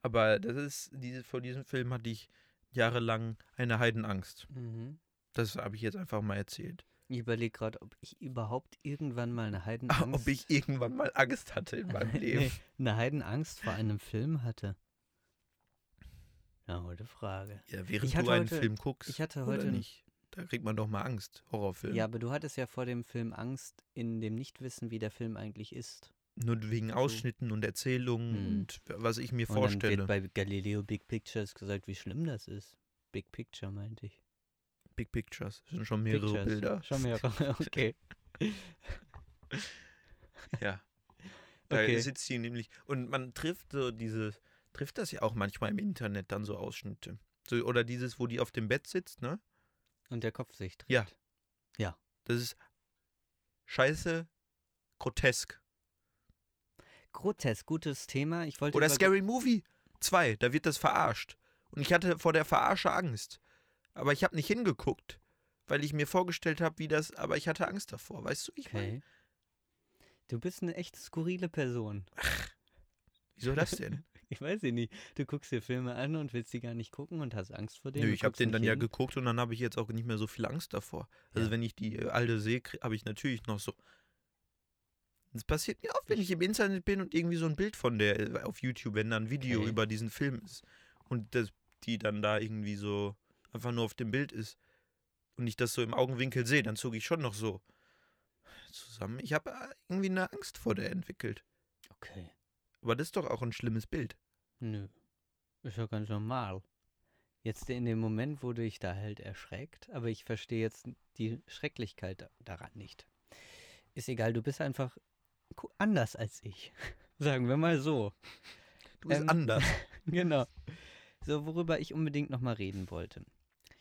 Aber das ist, diese, vor diesem Film hatte ich jahrelang eine Heidenangst. Mhm. Das habe ich jetzt einfach mal erzählt. Ich überlege gerade, ob ich überhaupt irgendwann mal eine Ah, Heidenangst. Ob ich irgendwann mal Angst hatte in meinem Leben. nee, eine Heidenangst vor einem Film hatte. Na, heute Frage. Ja, während Ich hatte du einen heute- Film guckst. Ich hatte oder heute. n- nicht. Da kriegt man doch mal Angst, Horrorfilm. Ja, aber du hattest ja vor dem Film Angst in dem Nichtwissen, wie der Film eigentlich ist. Nur wegen Ausschnitten und Erzählungen Hm. und was ich Und mir dann vorstelle. wird bei Galileo Big Pictures gesagt, wie schlimm das ist. Big Picture meinte ich. Big Pictures. Das sind schon mehrere Pictures. Bilder. Schon mehrere, okay. Ja. Da Okay. sitzt sie nämlich. Und man trifft so diese, trifft das ja auch manchmal im Internet dann so Ausschnitte. So, oder dieses, wo die auf dem Bett sitzt, ne? Und der Kopf sich dreht. Ja. Das ist scheiße grotesk. Grotesk, gutes Thema. Ich wollte Oder über- Scary Movie 2, da wird das verarscht. Und ich hatte vor der Verarsche Angst. Aber ich habe nicht hingeguckt, weil ich mir vorgestellt habe, wie das, aber ich hatte Angst davor, weißt du? Ich meine, Okay. Du bist eine echt skurrile Person. wieso das denn? Ich weiß ja nicht. Du guckst dir Filme an und willst die gar nicht gucken und hast Angst vor denen. Nö, du ich habe guckst den nicht dann ja hin. geguckt und dann habe ich jetzt auch nicht mehr so viel Angst davor. Also Ja. wenn ich die äh, alte sehe, habe ich natürlich noch so. Das passiert mir oft, wenn ich im Internet bin und irgendwie so ein Bild von der äh, auf YouTube, wenn da ein Video Okay. über diesen Film ist und das, die dann da irgendwie so einfach nur auf dem Bild ist und ich das so im Augenwinkel sehe, dann zucke ich schon noch so zusammen. Ich habe äh, irgendwie eine Angst vor der entwickelt. Okay. Aber das ist doch auch ein schlimmes Bild. Nö. Ist ja ganz normal. Jetzt in dem Moment wurde ich da halt erschreckt, aber ich verstehe jetzt die Schrecklichkeit da- daran nicht. Ist egal, du bist einfach ku- anders als ich. Sagen wir mal so. Du bist Ähm, anders. Genau. So, worüber ich unbedingt nochmal reden wollte.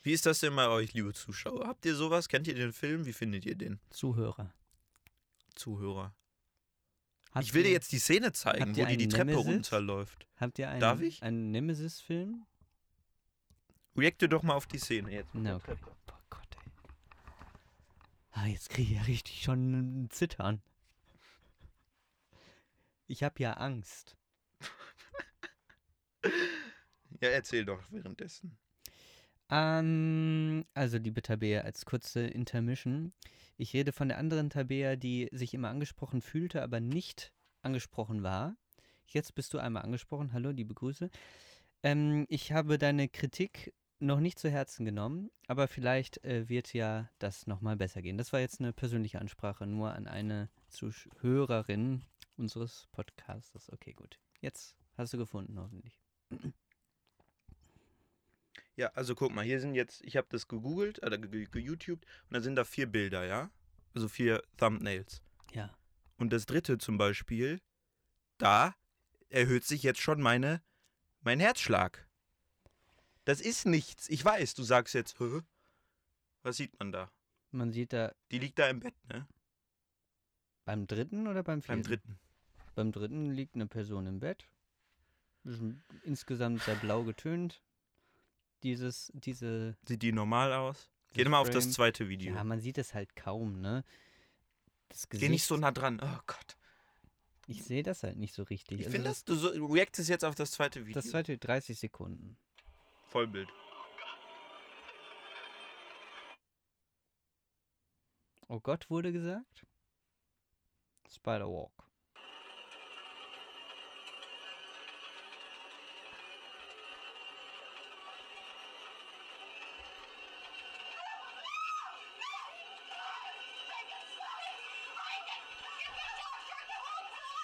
Wie ist das denn bei euch, liebe Zuschauer? Habt ihr sowas? Kennt ihr den Film? Wie findet ihr den? Zuhörer. Zuhörer. Habt ich will dir ihr- jetzt die Szene zeigen, habt ihr wo die die einen Treppe Nemesis? runterläuft. Habt ihr einen, Darf ich? einen Nemesis-Film? Reacte doch mal auf die Szene jetzt. Na, okay. Boah Gott, ey. Ah, jetzt kriege ich ja richtig schon ein Zittern. Ich habe ja Angst. Ja, erzähl doch währenddessen. Ähm, also, liebe Tabea, als kurze Intermission. Ich rede von der anderen Tabea, die sich immer angesprochen fühlte, aber nicht angesprochen war. Jetzt bist du einmal angesprochen. Hallo, liebe Grüße. Ähm, ich habe deine Kritik noch nicht zu Herzen genommen, aber vielleicht äh, wird ja das nochmal besser gehen. Das war jetzt eine persönliche Ansprache, nur an eine Zuhörerin unseres Podcasts. Okay, gut. Jetzt hast du gefunden, hoffentlich. Ja, also guck mal, hier sind jetzt, ich habe das gegoogelt, oder ge- ge- geYouTubed, und da sind da vier Bilder, ja? Also vier Thumbnails. Ja. Und das dritte zum Beispiel, da erhöht sich jetzt schon meine, mein Herzschlag. Das ist nichts. Ich weiß, du sagst jetzt, Hä? was sieht man da? Man sieht da Die liegt da im Bett, ne? beim dritten oder beim vierten? Beim dritten. Beim dritten liegt eine Person im Bett. Ist m- insgesamt sehr blau getönt. Dieses, diese, Sieht die normal aus? Geh Das mal auf das Frame. zweite Video. ja, man sieht es halt kaum, ne? Das Gesicht, Geh nicht so nah dran. Oh Gott. ich sehe das halt nicht so richtig. Ich Also finde das, du so, reactest jetzt auf das zweite Video. das, das zweite 30 Sekunden. Vollbild. Oh Gott, wurde gesagt? Spider-Walk.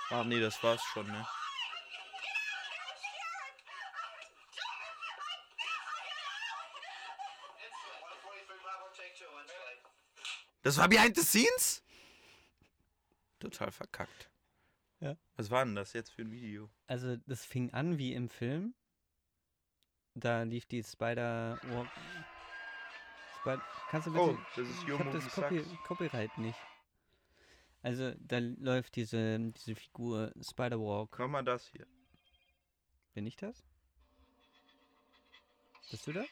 Ach Ah, nee, das war's schon, ne? Das war behind the scenes? Total verkackt. Ja. Was war denn das jetzt für ein Video? Also, das fing an wie im Film. Da lief die Spider-Walk. Spi- Kannst du bitte. Oh, das ist Ich Yomo hab das Copy Copyright nicht. Also, da läuft diese, diese Figur Spider-Walk. Komm mal das hier. Bin ich das? Bist du da?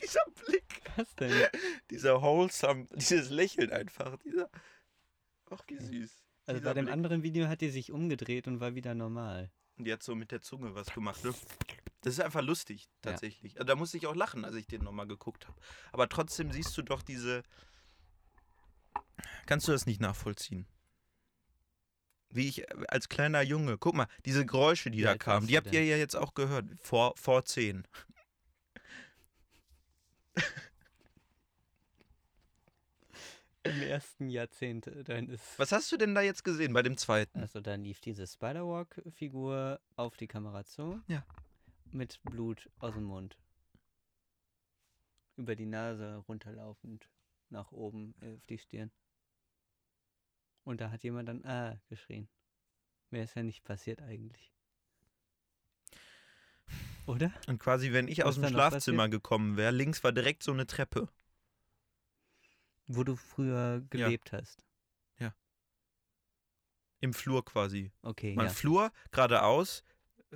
Dieser Blick, Was denn? dieser wholesome, dieses Lächeln einfach, dieser. Ach, wie süß. Also Dieser bei dem Blick. anderen Video hat die sich umgedreht und war wieder normal. Und die hat so mit der Zunge was gemacht, ne? Das ist einfach lustig, Ja. tatsächlich. Also, da musste ich auch lachen, als ich den nochmal geguckt habe. Aber trotzdem siehst du doch diese. Kannst du das nicht nachvollziehen? Wie ich äh, als kleiner Junge, guck mal, diese Geräusche, die Wie da alt kamen, warst die du habt ihr denn? ja jetzt auch gehört. Vor, vor zehn. Im ersten Jahrzehnt äh, deines. Was hast du denn da jetzt gesehen bei dem zweiten? Also dann lief diese Spider-Walk-Figur auf die Kamera zu. Ja. Mit Blut aus dem Mund. Über die Nase runterlaufend nach oben äh, auf die Stirn. Und da hat jemand dann ah geschrien. Mehr ist ja nicht passiert eigentlich. Oder? Und quasi, wenn ich Was aus dem da noch Schlafzimmer gekommen wäre, links war direkt so eine Treppe. Wo du früher gelebt hast. Im Flur quasi. Okay, Man ja. Flur geradeaus,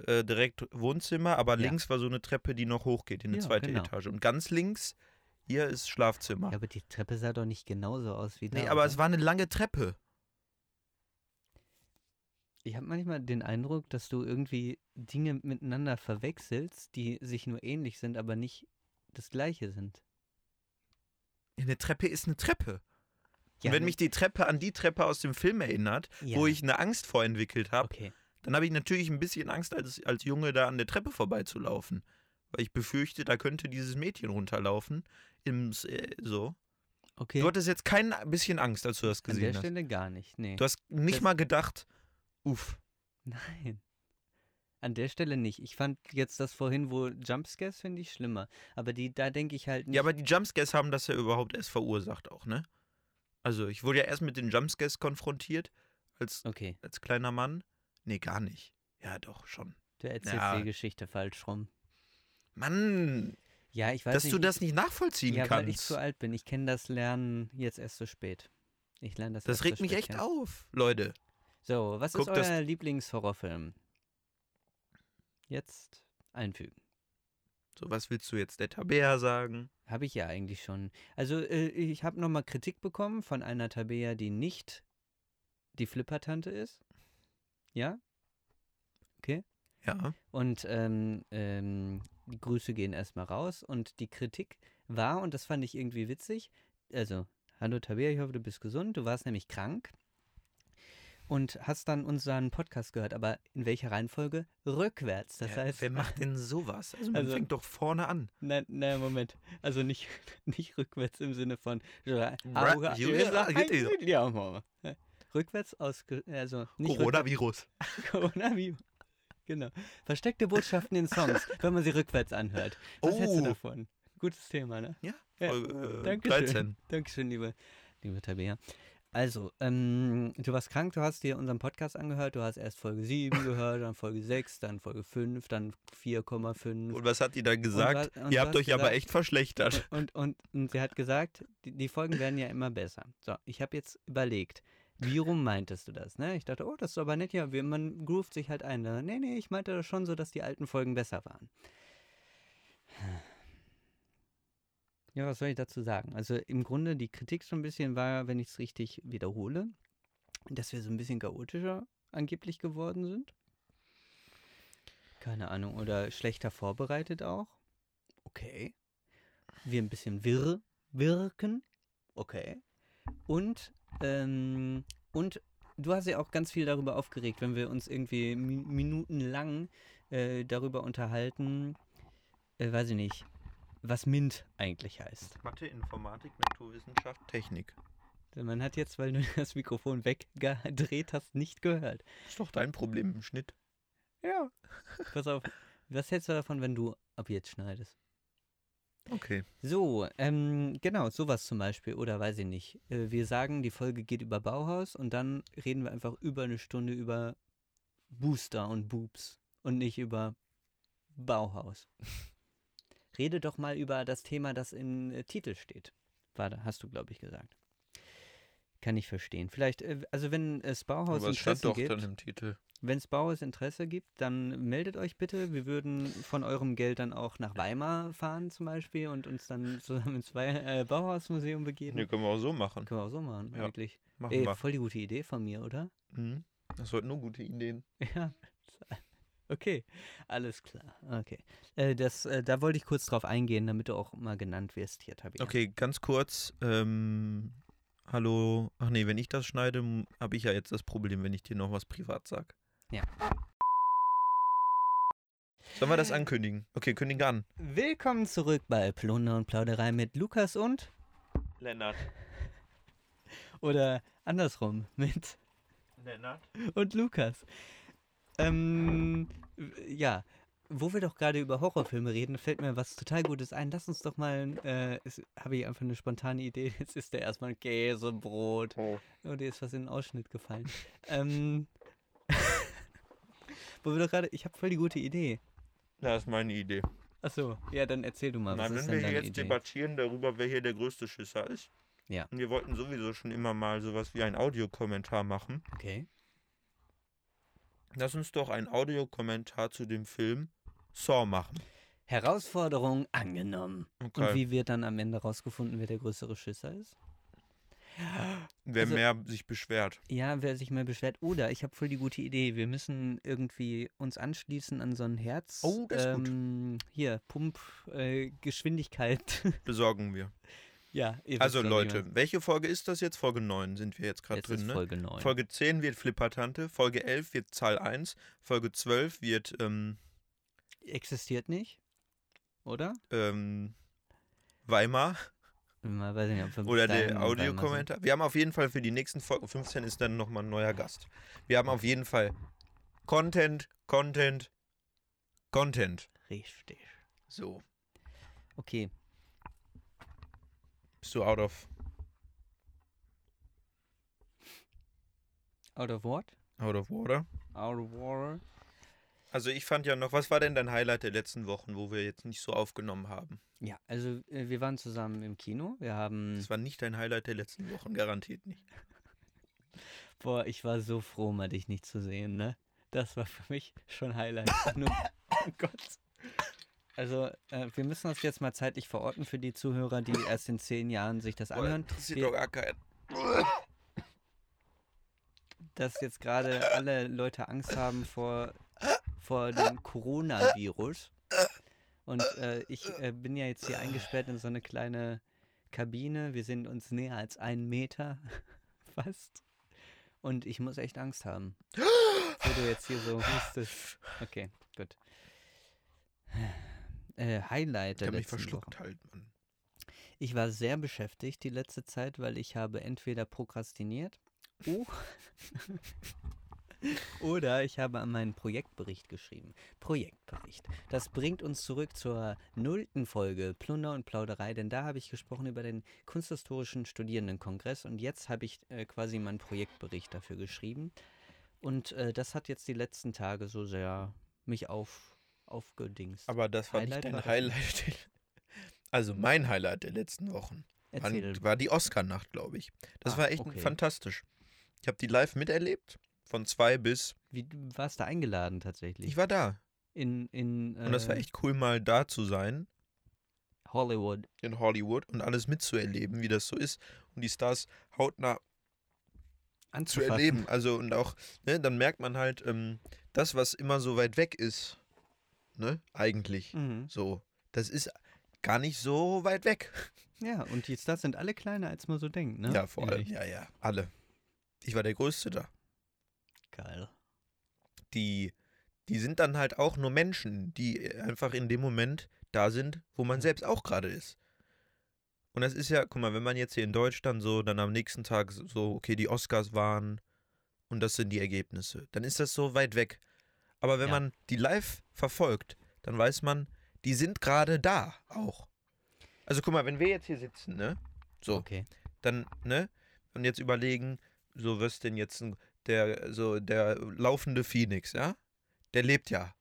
äh, direkt Wohnzimmer, aber Ja. links war so eine Treppe, die noch hochgeht in eine Ja, zweite genau. Etage. Und ganz links, hier ist Schlafzimmer. Ja, genau, aber die Treppe sah doch nicht genauso aus wie da. nee, aber oder? es war eine lange Treppe. Ich habe manchmal den Eindruck, dass du irgendwie Dinge miteinander verwechselst, die sich nur ähnlich sind, aber nicht das gleiche sind. Ja, Eine Treppe ist eine Treppe. Ja, und wenn ne- mich die Treppe an die Treppe aus dem Film erinnert, ja, wo ich eine Angst vorentwickelt habe, Okay. dann habe ich natürlich ein bisschen Angst, als, als Junge da an der Treppe vorbeizulaufen. Weil ich befürchte, da könnte dieses Mädchen runterlaufen. Im, S- äh, so. okay. Du hattest jetzt kein bisschen Angst, als du das An der gesehen hast. Stelle gar nicht. Nee. Du hast nicht Das- mal gedacht, uff. Nein. An der Stelle nicht. Ich fand jetzt das vorhin, wo Jumpscares finde ich schlimmer. Aber die, da denke ich halt nicht. Ja, aber die Jumpscares haben das ja überhaupt erst verursacht auch, ne? Also, ich wurde ja erst mit den Jumpscares konfrontiert als, okay, als kleiner Mann. Nee, gar nicht. Ja, doch, schon. du erzählst Ja. die Geschichte falsch rum. Mann, Ja, ich weiß dass nicht. du das nicht nachvollziehen ja, weil ich kannst. zu alt bin. Ich kenne das Lernen jetzt erst so spät. Ich lerne das Das erst regt so mich spät echt kennen. auf, Leute. So, was Guck, ist dass- euer Lieblingshorrorfilm? Jetzt einfügen. So, was willst du jetzt der Tabea sagen? Habe ich ja eigentlich schon. Also, äh, ich habe nochmal Kritik bekommen von einer Tabea, die nicht die Flippertante ist. Ja? Ja. Und ähm, ähm, die Grüße gehen erstmal raus. Und die Kritik war, und das fand ich irgendwie witzig, also, hallo Tabea, ich hoffe, du bist gesund. Du warst nämlich krank und hast dann unseren Podcast gehört. Aber in welcher Reihenfolge? Rückwärts. Das ja, heißt, wer macht denn sowas? Also, man Also- fängt doch vorne an. Nein, nein, Ne, Moment. Also nicht, nicht rückwärts im Sinne von. oh, Rückwärts aus. Also nicht rückwärts- Coronavirus. Coronavirus. Genau. Versteckte Botschaften in Songs, wenn man sie rückwärts anhört. Was hältst du Oh. davon? Gutes Thema, ne? Ja, Folge, äh, Dankeschön. Dankeschön, liebe, liebe Tabea. Also, ähm, du warst krank, du hast dir unseren Podcast angehört, du hast erst Folge 7 gehört, dann Folge 6, dann Folge 5, dann 4,5. Und was hat die da gesagt? und Ihr du habt hast euch aber gesagt- echt verschlechtert. Und, und, und sie hat gesagt, die, die Folgen werden ja immer besser. So, ich habe jetzt überlegt, wie rum meintest du das? Ne? Ich dachte, oh, das ist aber nett, ja, wie- man groovt sich halt ein. Ne? Nee, nee, ich meinte das schon so, dass die alten Folgen besser waren. Ja, was soll ich dazu sagen? Also im Grunde, die Kritik so ein bisschen war, wenn ich es richtig wiederhole, dass wir so ein bisschen chaotischer angeblich geworden sind. Keine Ahnung, oder schlechter vorbereitet auch. Okay wir ein bisschen wirr wirken. Okay. Und, ähm, und du hast ja auch ganz viel darüber aufgeregt, wenn wir uns irgendwie mi minutenlang äh, darüber unterhalten, äh, weiß ich nicht, was MINT eigentlich heißt. Mathe, Informatik, Naturwissenschaft, Technik. Denn Man hat jetzt, weil du das Mikrofon weggedreht hast, nicht gehört. Ist doch dein Problem im Schnitt. Ja. Pass auf. Was hältst du davon, wenn du ab jetzt schneidest? Okay. So, ähm, genau, sowas zum Beispiel, oder weiß ich nicht. Äh, wir sagen, die Folge geht über Bauhaus und dann reden wir einfach über eine Stunde über Booster und Boobs und nicht über Bauhaus. Rede doch mal über das Thema, das im äh, Titel steht. War, da- hast du, glaube ich, gesagt. Kann ich verstehen. Vielleicht, äh, also wenn es Bauhaus Aber es Interesse stand doch gibt, dann im Titel. wenn es Bauhaus Interesse gibt, dann meldet euch bitte. Wir würden von eurem Geld dann auch nach Weimar fahren zum Beispiel und uns dann zusammen ins Wei äh, Bauhausmuseum begeben. Ne, können wir auch so machen. Können wir auch so machen, Ja. eigentlich. Machen Ey, wir. voll die gute Idee von mir, oder? Mhm. Das sollten nur gute Ideen. Ja. Okay, alles klar. Okay. Äh, das, äh, da wollte ich kurz drauf eingehen, damit du auch mal genannt wirst hier, Tabi. Okay, ganz kurz. Ähm, hallo. Ach nee, wenn ich das schneide, habe ich ja jetzt das Problem, wenn ich dir noch was privat sag. Ja. Sollen wir das ankündigen? Okay, kündigen wir an. Willkommen zurück bei Plunder und Plauderei mit Lukas und Lennart. oder andersrum mit Lennart. und Lukas. Ähm, w- ja, wo wir doch gerade über Horrorfilme reden, fällt mir was total Gutes ein. Lass uns doch mal, äh, es- habe ich einfach eine spontane Idee. Jetzt ist da erstmal ein Käsebrot. Oh. Oh, dir ist was in den Ausschnitt gefallen. ähm, wo wir doch gerade, ich habe voll die gute Idee. Das ist meine Idee. Achso, ja, dann erzähl du mal, was Nein, ist wenn denn wir deine jetzt Idee? debattieren darüber, wer hier der größte Schisser ist. Ja. Und wir wollten sowieso schon immer mal sowas wie einen Audiokommentar machen. Okay. Lass uns doch einen Audiokommentar zu dem Film Saw machen. Herausforderung angenommen. Okay. Und wie wird dann am Ende rausgefunden, wer der größere Schisser ist? Wer also- mehr sich beschwert. Ja, wer sich mal beschwert. Oder ich habe voll die gute Idee. Wir müssen irgendwie uns anschließen an so ein Herz. Oh, das ist gut. ähm, Hier, Pump, äh, Geschwindigkeit. Besorgen wir. ja, ihr Also wisst, was ich Leute, meine. welche Folge ist das jetzt? Folge 9 sind wir jetzt gerade Jetzt ist drin, ne? Folge 9. Folge 10 wird Flippertante, Folge 11 wird Zahl 1, Folge 12 wird ähm, Existiert nicht. Oder? ähm, Weimar Mal weiß ich nicht, ob wir bis oder dahin beim der Mal sind. Audiokommentar. Wir haben auf jeden Fall für die nächsten Folgen, 15 ist dann nochmal ein neuer Gast. Wir haben auf jeden Fall Content, Content, Content. Richtig. So, Okay. bist du out of, Out of what? out of water? Out of water. Also ich fand ja noch, was war denn dein Highlight der letzten Wochen, wo wir jetzt nicht so aufgenommen haben? Ja, also äh, wir waren zusammen im Kino. Wir haben. Das war nicht dein Highlight der letzten Wochen, garantiert nicht. Boah, ich war so froh, mal dich nicht zu sehen, ne? Das war für mich schon Highlight. Nur, oh Gott. Also, äh, wir müssen das jetzt mal zeitlich verorten für die Zuhörer, die erst in zehn Jahren sich das Boah, anhören. interessiert Wir- doch gar keinen. Dass jetzt gerade alle Leute Angst haben vor, vor dem Coronavirus. Und äh, ich äh, bin ja jetzt hier eingesperrt in so eine kleine Kabine. Wir sind uns näher als einen Meter fast. Und ich muss echt Angst haben. Wo du jetzt hier so hustest. Okay, gut. Äh, Highlight Ich der habe mich letzten verschluckt Woche. halt, Mann. Ich war sehr beschäftigt die letzte Zeit, weil ich habe entweder prokrastiniert o- oder ich habe an meinen Projektbericht geschrieben. Projektbericht. Das bringt uns zurück zur nullten Folge Plunder und Plauderei, denn da habe ich gesprochen über den Kunsthistorischen Studierendenkongress und jetzt habe ich äh, quasi meinen Projektbericht dafür geschrieben. Und äh, das hat jetzt die letzten Tage so sehr mich auf, aufgedingst. Aber das war Highlight nicht dein war das Highlight. der- Also mein Highlight der letzten Wochen waren, Erzähl. war die Oscar-Nacht, glaube ich. Das Ah, war echt okay. fantastisch. Ich habe die live miterlebt. Von zwei bis. Wie, du warst da eingeladen tatsächlich? Ich war da. in, in Und das war äh, echt cool, mal da zu sein Hollywood. in Hollywood und alles mitzuerleben, wie das so ist. Und die Stars hautnah zu anzufassen. erleben. Also und auch, ne, dann merkt man halt, ähm, das, was immer so weit weg ist, ne, eigentlich. Mhm. So, das ist gar nicht so weit weg. Ja, und die Stars sind alle kleiner, als man so denkt, ne? Ja, vor In allem. echt. Ja, ja, alle. Ich war der Größte da. Geil. Die, die sind dann halt auch nur Menschen, die einfach in dem Moment da sind, wo man selbst auch gerade ist. Und das ist ja, guck mal, wenn man jetzt hier in Deutschland so, dann am nächsten Tag so, okay, die Oscars waren und das sind die Ergebnisse, dann ist das so weit weg. Aber wenn Ja. man die live verfolgt, dann weiß man, die sind gerade da auch. Also guck mal, wenn wir jetzt hier sitzen, ne? So. Okay. dann, ne? Und jetzt überlegen, so was denn jetzt ein- der, so der laufende Phoenix, ja? Der lebt ja.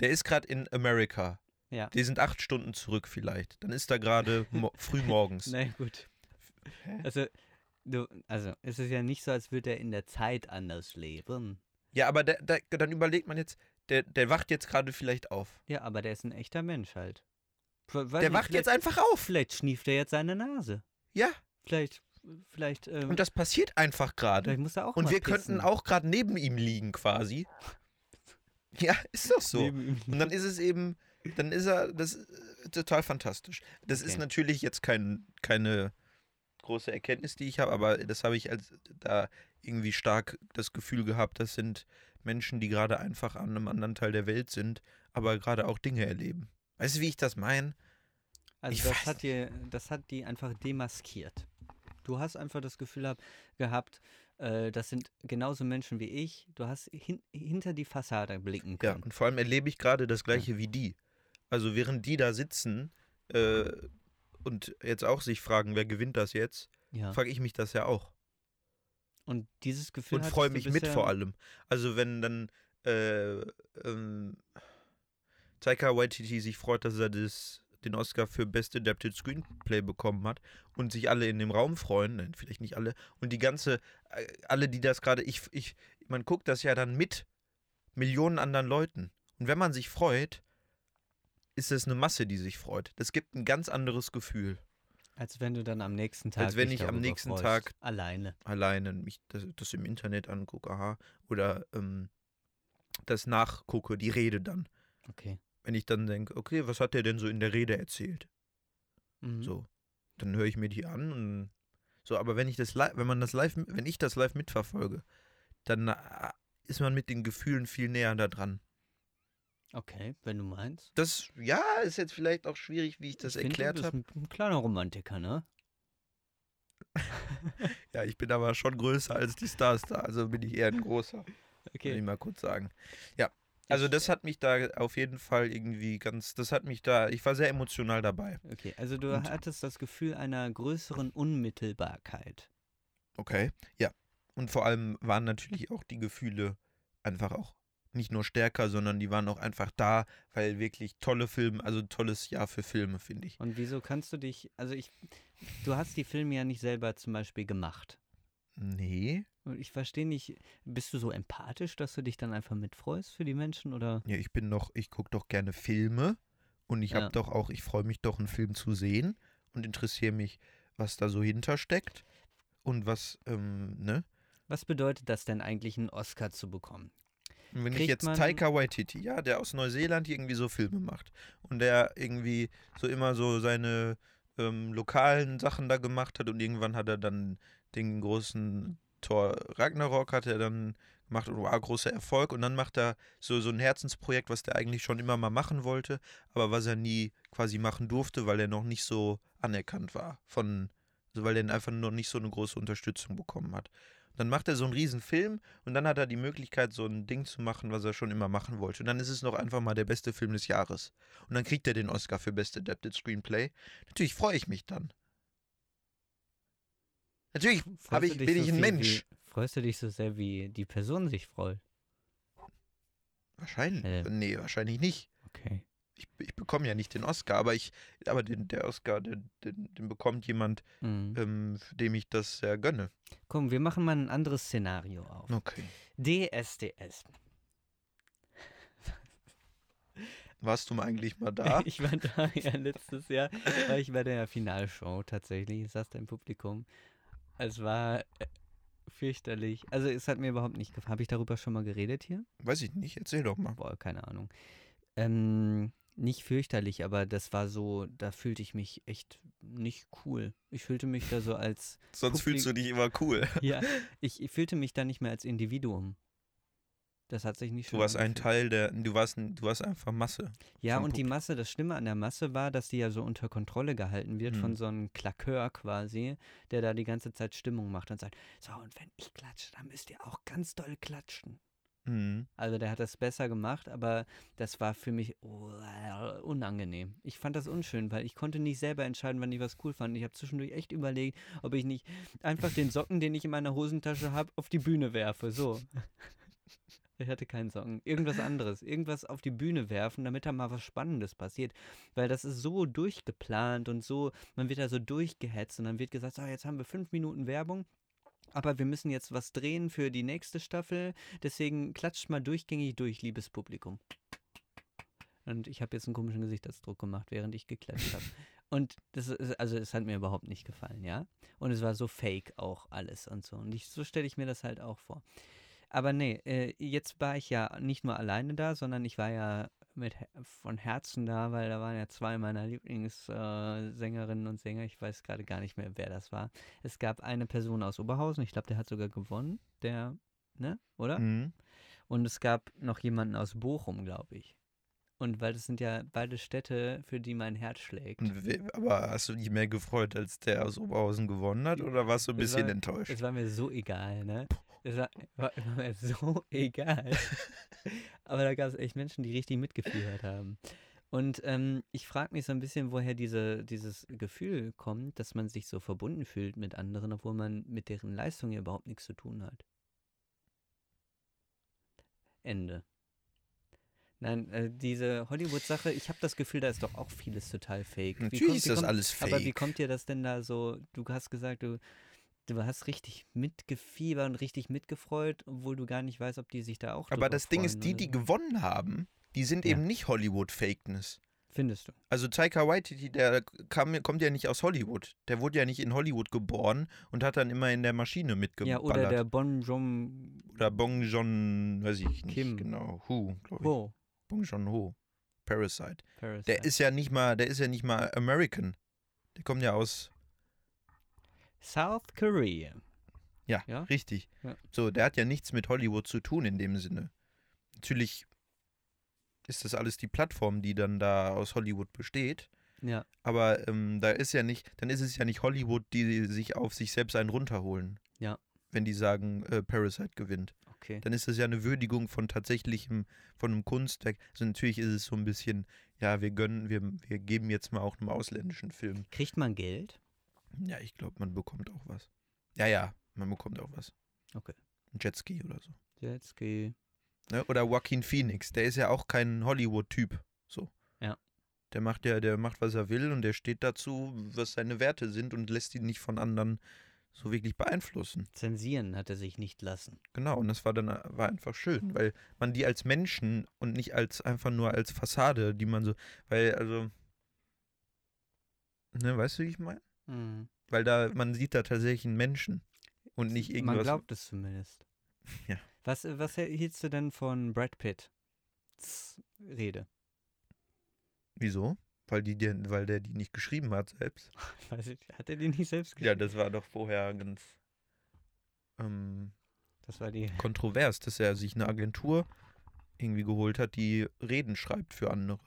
Der ist gerade in Amerika. Ja. Die sind acht Stunden zurück vielleicht. Dann ist er gerade mo früh morgens. Na ja, gut. Also, du, also, es ist ja nicht so, als würde er in der Zeit anders leben. Ja, aber der, der, dann überlegt man jetzt, der, der wacht jetzt gerade vielleicht auf. Ja, aber der ist ein echter Mensch halt. Weiß Der nicht, wacht jetzt vielleicht- einfach auf. Vielleicht schnieft er jetzt seine Nase. Ja, Vielleicht, vielleicht, ähm, und das passiert einfach gerade. vielleicht muss er auch Und mal wir pissen. könnten auch gerade neben ihm liegen quasi. Ja, ist doch so. Neben ihm. Und dann ist es eben, dann ist er, das ist total fantastisch. Das ist Okay. natürlich jetzt kein, keine große Erkenntnis, die ich habe, aber das habe ich als da irgendwie stark das Gefühl gehabt, das sind Menschen, die gerade einfach an einem anderen Teil der Welt sind, aber gerade auch Dinge erleben. Weißt du, wie ich das meine? Also Ich das weiß hat dir, das hat die einfach demaskiert. Du hast einfach das Gefühl hab, gehabt, äh, das sind genauso Menschen wie ich. Du hast hin, hinter die Fassade blicken Ja, können. und vor allem erlebe ich gerade das Gleiche wie die. Also während die da sitzen äh, und jetzt auch sich fragen, wer gewinnt das jetzt, Ja. frage ich mich das ja auch. Und dieses Gefühl Und hattest freue du mich mit bisher- vor allem. Also wenn dann äh, ähm, Taika Waititi sich freut, dass er das, den Oscar für Best Adapted Screenplay bekommen hat und sich alle in dem Raum freuen, nein, vielleicht nicht alle, und die ganze, äh, alle, die das gerade, ich, ich, man guckt das ja dann mit Millionen anderen Leuten. Und wenn man sich freut, ist es eine Masse, die sich freut. Das gibt ein ganz anderes Gefühl. Als wenn du dann am nächsten Tag. Als wenn dich ich am darüber nächsten freust. Tag- Alleine. alleine mich das, das im Internet angucke, aha, oder ähm, das nachgucke, die Rede dann. Okay. Wenn ich dann denke, okay, was hat der denn so in der Rede erzählt? Mhm. So, dann höre ich mir die an und so, aber wenn ich das live, wenn man das live, wenn ich das live mitverfolge, dann äh, ist man mit den Gefühlen viel näher da dran. Okay, wenn du meinst. Das, ja, ist jetzt vielleicht auch schwierig, wie ich das Ich find, erklärt Du habe. bist ein, ein kleiner Romantiker, ne? Ja, ich bin aber schon größer als die Stars da, also bin ich eher ein großer. Will Okay. ich mal kurz sagen. Ja. Also das hat mich da auf jeden Fall irgendwie ganz, das hat mich da, ich war sehr emotional dabei. Okay, also du Und- hattest das Gefühl einer größeren Unmittelbarkeit. Okay. Ja. Und vor allem waren natürlich auch die Gefühle einfach auch nicht nur stärker, sondern die waren auch einfach da, weil wirklich tolle Filme, also ein tolles Jahr für Filme, finde ich. Und wieso kannst du dich, also ich, du hast die Filme ja nicht selber zum Beispiel gemacht. Nee. Und ich verstehe nicht, bist du so empathisch, dass du dich dann einfach mitfreust für die Menschen oder? Ja, ich bin doch, ich gucke doch gerne Filme und ich Ja. habe doch auch, ich freue mich doch, einen Film zu sehen und interessiere mich, was da so hintersteckt und was, ähm, ne? Was bedeutet das denn eigentlich, einen Oscar zu bekommen? Und wenn ich Kriegt jetzt man- Taika Waititi, ja, der aus Neuseeland irgendwie so Filme macht und der irgendwie so immer so seine ähm, lokalen Sachen da gemacht hat und irgendwann hat er dann den großen Tor Ragnarok hat er dann gemacht und war großer Erfolg und dann macht er so, so ein Herzensprojekt, was der eigentlich schon immer mal machen wollte, aber was er nie quasi machen durfte, weil er noch nicht so anerkannt war von, also weil er einfach noch nicht so eine große Unterstützung bekommen hat. Dann macht er so einen riesen Film und dann hat er die Möglichkeit, so ein Ding zu machen, was er schon immer machen wollte. Und dann ist es noch einfach mal der beste Film des Jahres. Und dann kriegt er den Oscar für Best Adapted Screenplay. Natürlich freue ich mich dann. Natürlich Freust hab du ich, dich bin so ich ein viel Mensch. Wie, freust du dich so sehr, wie die Person sich freut? Wahrscheinlich. Äh. Nee, wahrscheinlich nicht. Okay. ich, ich bekomme ja nicht den Oscar, aber ich, aber den, der Oscar, den, den, den bekommt jemand, Mhm. ähm, dem ich das sehr gönne. Komm, wir machen mal ein anderes Szenario auf. Okay. DSDS. Warst du mal eigentlich mal da? Ich war da ja letztes Jahr, war ich bei der Finalshow tatsächlich. Ich saß da im Publikum. Es war äh, fürchterlich. Also es hat mir überhaupt nicht gefallen. Habe ich darüber schon mal geredet hier? Weiß ich nicht, erzähl doch mal. Boah, keine Ahnung. Ähm, nicht fürchterlich, aber das war so, da fühlte ich mich echt nicht cool. Ich fühlte mich da so als, Sonst fühlst du dich immer cool. ja, ich, ich fühlte mich da nicht mehr als Individuum. Das hat sich nicht Du schön warst ein angefühlt. Teil der, du warst, ein- du warst einfach Masse. Ja, vom und die Publikum. Masse, das Schlimme an der Masse war, dass die ja so unter Kontrolle gehalten wird Mhm. von so einem Klakör quasi, der da die ganze Zeit Stimmung macht und sagt, so, und wenn ich klatsche, dann müsst ihr auch ganz doll klatschen. Mhm. Also der hat das besser gemacht, aber das war für mich oh, unangenehm. Ich fand das unschön, weil ich konnte nicht selber entscheiden, wann ich was cool fand. Ich habe zwischendurch echt überlegt, ob ich nicht einfach den Socken, den ich in meiner Hosentasche habe, auf die Bühne werfe. So. Ich hatte keinen Song. Irgendwas anderes. Irgendwas auf die Bühne werfen, damit da mal was Spannendes passiert. Weil das ist so durchgeplant und so, man wird da so durchgehetzt und dann wird gesagt, so, jetzt haben wir fünf Minuten Werbung. Aber wir müssen jetzt was drehen für die nächste Staffel. Deswegen klatscht mal durchgängig durch, liebes Publikum. Und ich habe jetzt einen komischen Gesichtsausdruck gemacht, während ich geklatscht habe. Und das ist, also es hat mir überhaupt nicht gefallen, ja. Und es war so fake auch alles und so. Und ich, so stelle ich mir das halt auch vor. Aber nee, äh, jetzt war ich ja nicht nur alleine da, sondern ich war ja mit Her- von Herzen da, weil da waren ja zwei meiner Lieblingssängerinnen und Sänger. Ich weiß gerade gar nicht mehr, wer das war. Es gab eine Person aus Oberhausen, ich glaube, der hat sogar gewonnen, der, ne, oder? Mhm. Und es gab noch jemanden aus Bochum, glaube ich. Und weil das sind ja beide Städte, für die mein Herz schlägt. Und we- aber hast du dich mehr gefreut, als der aus Oberhausen gewonnen hat? Oder warst du ein Es bisschen war- enttäuscht? Es war mir so egal, ne? Es war, war, war mir so egal. Aber da gab es echt Menschen, die richtig mitgefiebert haben. Und ähm, ich frage mich so ein bisschen, woher diese, dieses Gefühl kommt, dass man sich so verbunden fühlt mit anderen, obwohl man mit deren Leistung ja überhaupt nichts zu tun hat. Ende. Nein, äh, diese Hollywood-Sache, ich habe das Gefühl, da ist doch auch vieles total fake. Wie Natürlich kommt- ist wie das kommt- alles fake. aber wie kommt dir das denn da so? Du hast gesagt, du, du hast richtig mitgefiebert und richtig mitgefreut, obwohl du gar nicht weißt, ob die sich da auch. aber drüber das Ding freuen ist, die, oder die so. gewonnen haben, die sind Ja. eben nicht Hollywood-Fakeness. Findest du? Also Taika Waititi, der kam, kommt ja nicht aus Hollywood. Der wurde ja nicht in Hollywood geboren und hat dann immer in der Maschine Ja, mitgeballert. oder der Bon Jom Oder Bong Joon, weiß ich nicht Kim. genau, Hu, glaube ich. Ho. Bong Joon Ho, Parasite. Parasite. Der ist ja nicht mal, der ist ja nicht mal American. Der kommt ja aus South Korea. Ja, Ja? richtig. Ja. So, der hat ja nichts mit Hollywood zu tun in dem Sinne. Natürlich ist das alles die Plattform, die dann da aus Hollywood besteht. Ja, Aber ähm, da ist ja nicht, dann ist es ja nicht Hollywood, die sich auf sich selbst einen runterholen. Ja. Wenn die sagen, äh, Parasite gewinnt. okay. Dann ist das ja eine Würdigung von tatsächlichem, von einem Kunstwerk. Also natürlich ist es so ein bisschen, ja, wir gönnen, wir, wir geben jetzt mal auch einem ausländischen Film. Kriegt man Geld? Ja, ich glaube, man bekommt auch was. Ja, ja, man bekommt auch was. Okay. Ein Jetski oder so. Jetski. Ne? Oder Joaquin Phoenix, der ist ja auch kein Hollywood-Typ. So. Ja. Der macht ja, der macht, was er will und der steht dazu, was seine Werte sind und lässt die nicht von anderen so wirklich beeinflussen. Zensieren hat er sich nicht lassen. Genau, und das war dann war einfach schön, weil man die als Menschen und nicht als einfach nur als Fassade, die man so, weil, also, ne, weißt du, wie ich meine? Weil da, man sieht da tatsächlich einen Menschen und nicht irgendwas. Man glaubt es zumindest. Ja. Was, äh, was hieltst du denn von Brad Pitt? Rede. Wieso? Weil, die, dir- weil der die nicht geschrieben hat selbst. Weiß ich, hat er die nicht selbst Ja, geschrieben? das war doch vorher ganz ähm, Das war die. kontrovers, dass er sich eine Agentur irgendwie geholt hat, die Reden schreibt für andere.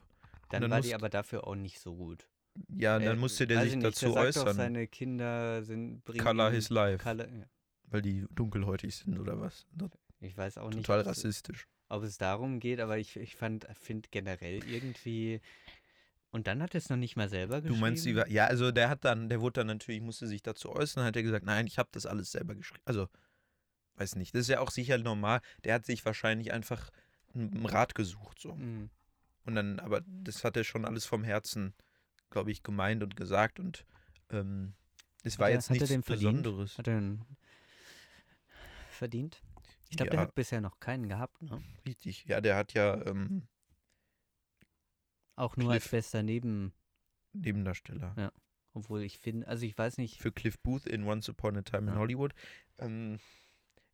Dann, dann war musst- die aber dafür auch nicht so gut. Ja, und Äh, dann musste der weiß sich ich nicht, dazu der sagt Doch, äußern. seine Kinder sind. bringen Color ihm- his life, Color, ja. weil die dunkelhäutig sind oder was. Das ist ich weiß auch nicht, Total ob es- rassistisch. ob es darum geht, aber ich, ich fand, finde generell irgendwie. Und dann hat er es noch nicht mal selber geschrieben. Du meinst, die war, ja, also der hat dann, der wurde dann natürlich, musste sich dazu äußern, hat er gesagt, nein, ich habe das alles selber geschrieben. Also, weiß nicht, das ist ja auch sicher normal. Der hat sich wahrscheinlich einfach einen Rat gesucht, so. Mm. Und dann, aber Mhm. das hat er schon alles vom Herzen, glaube ich, gemeint und gesagt. Und ähm, es Hat war er- jetzt hat er nichts den verdient? Besonderes. Hat er einen verdient? Ich glaube, der ja, hat bisher noch keinen gehabt, ne? richtig. Ja, der hat ja ähm, Auch nur als Cliff. bester Neben, Nebendarsteller. obwohl ich finde, also ich weiß nicht, Für Cliff Booth in Once Upon a Time Ja. in Hollywood. Ähm,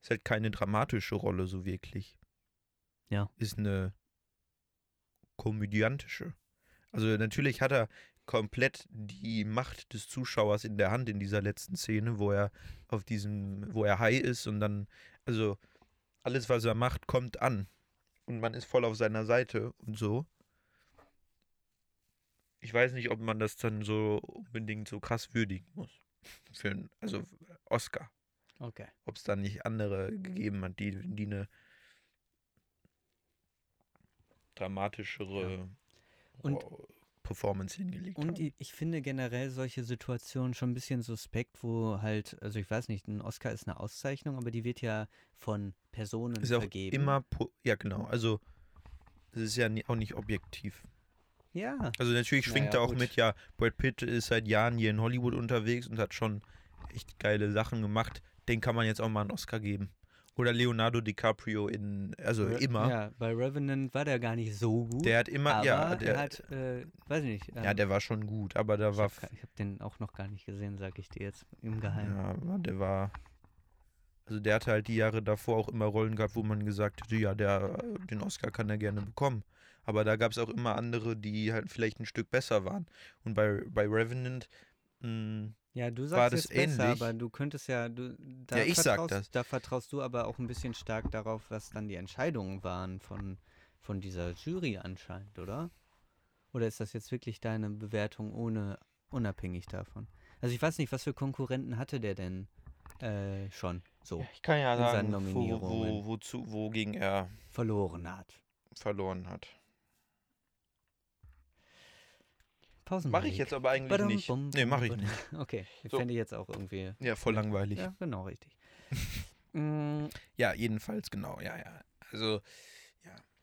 ist halt keine dramatische Rolle so wirklich. Ja. Ist eine komödiantische. Also natürlich hat er komplett die Macht des Zuschauers in der Hand in dieser letzten Szene, wo er auf diesem, wo er high ist und dann, also alles, was er macht, kommt an. Und man ist voll auf seiner Seite und so. Ich weiß nicht, ob man das dann so unbedingt so krass würdigen muss. Für einen, also Oscar. okay. Ob es da nicht andere gegeben hat, die, die ne eine dramatischere Und- Ro- Performance hingelegt Und haben. i- ich finde generell solche Situationen schon ein bisschen suspekt, wo halt, also ich weiß nicht, ein Oscar ist eine Auszeichnung, aber die wird ja von Personen Ist ja auch vergeben. immer, po- ja genau, also das ist ja ni- auch nicht objektiv. Ja, Also natürlich schwingt Naja, da auch gut. mit, ja, Brad Pitt ist seit Jahren hier in Hollywood unterwegs und hat schon echt geile Sachen gemacht. Den kann man jetzt auch mal einen Oscar geben. Oder Leonardo DiCaprio in, also Re- immer. Ja, bei Revenant war der gar nicht so gut. Der hat immer, aber ja, er der, hat, äh, weiß ich nicht. ja, ähm, der war schon gut, aber da ich war, habe f- hab den auch noch gar nicht gesehen, sag ich dir jetzt im Geheimen. ja, aber der war, also der hatte halt die Jahre davor auch immer Rollen gehabt, wo man gesagt hätte, ja, der, den Oscar kann er gerne bekommen. Aber da gab es auch immer andere, die halt vielleicht ein Stück besser waren. Und bei, bei Revenant, hm, mh, Ja, du War sagst das es besser, ähnlich? aber du könntest ja, du, da, Ja, ich sag vertraust, das. da vertraust du aber auch ein bisschen stark darauf, was dann die Entscheidungen waren von, von dieser Jury anscheinend, oder? Oder ist das jetzt wirklich deine Bewertung ohne, unabhängig davon? Also ich weiß nicht, was für Konkurrenten hatte der denn äh, schon so Ja, ich kann ja in seinen sagen, wo, Nominierungen. wo, wozu, wogegen er verloren hat? verloren hat. Pausen. Mache ich jetzt aber eigentlich nicht. Nee, mache ich nicht. Okay, So. fände ich jetzt auch irgendwie. Ja, voll langweilig. Ja, genau, richtig. Mm, Ja, jedenfalls, genau. Ja, ja. Also,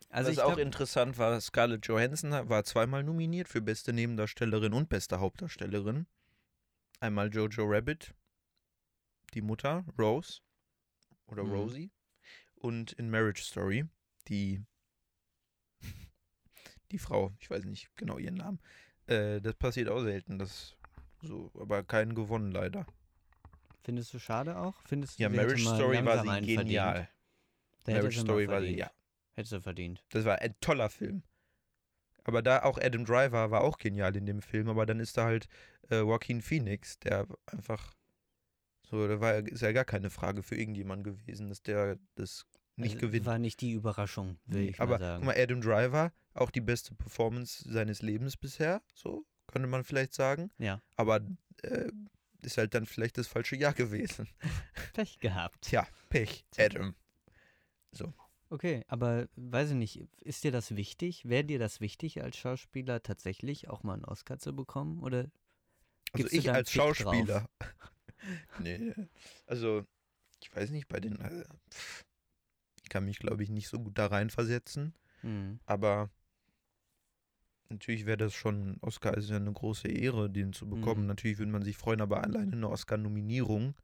also was ich auch glaub, interessant war, Scarlett Johansson war zweimal nominiert für beste Nebendarstellerin und beste Hauptdarstellerin. Einmal Jojo Rabbit, die Mutter, Rose oder Mhm. Rosie. Und in Marriage Story, die, die Frau, ich weiß nicht genau ihren Namen. Äh, das passiert auch selten, das so, aber keinen gewonnen leider. Findest du schade auch? Findest du, Ja, sie hätte Marriage mal Story war langsam sie einen Verdient? genial. Da hätte Marriage sie mal Story war sie, verdient. ja. Hätte sie verdient. Das war ein toller Film. Aber da auch Adam Driver war auch genial in dem Film, aber dann ist da halt äh, Joaquin Phoenix, der einfach so, da war ist ja gar keine Frage für irgendjemanden gewesen, dass der das nicht Also, gewinnt. War nicht die Überraschung, will Nee, ich aber mal sagen. guck mal, Adam Driver, auch die beste Performance seines Lebens bisher, so könnte man vielleicht sagen. Ja. Aber äh, ist halt dann vielleicht das falsche Jahr gewesen. Pech gehabt. Tja, Pech, Adam. Okay, aber weiß ich nicht, ist dir das wichtig? Wäre dir das wichtig, als Schauspieler tatsächlich auch mal einen Oscar zu bekommen? Oder Also Gibst du ich da einen als Fick drauf? Schauspieler. nee. Also, ich weiß nicht, bei den. Äh, pff, ich kann mich, glaube ich, nicht so gut da reinversetzen. Hm, Aber natürlich wäre das schon. Oscar ist ja eine große Ehre, den zu bekommen. Mhm. Natürlich würde man sich freuen, aber alleine eine Oscar-Nominierung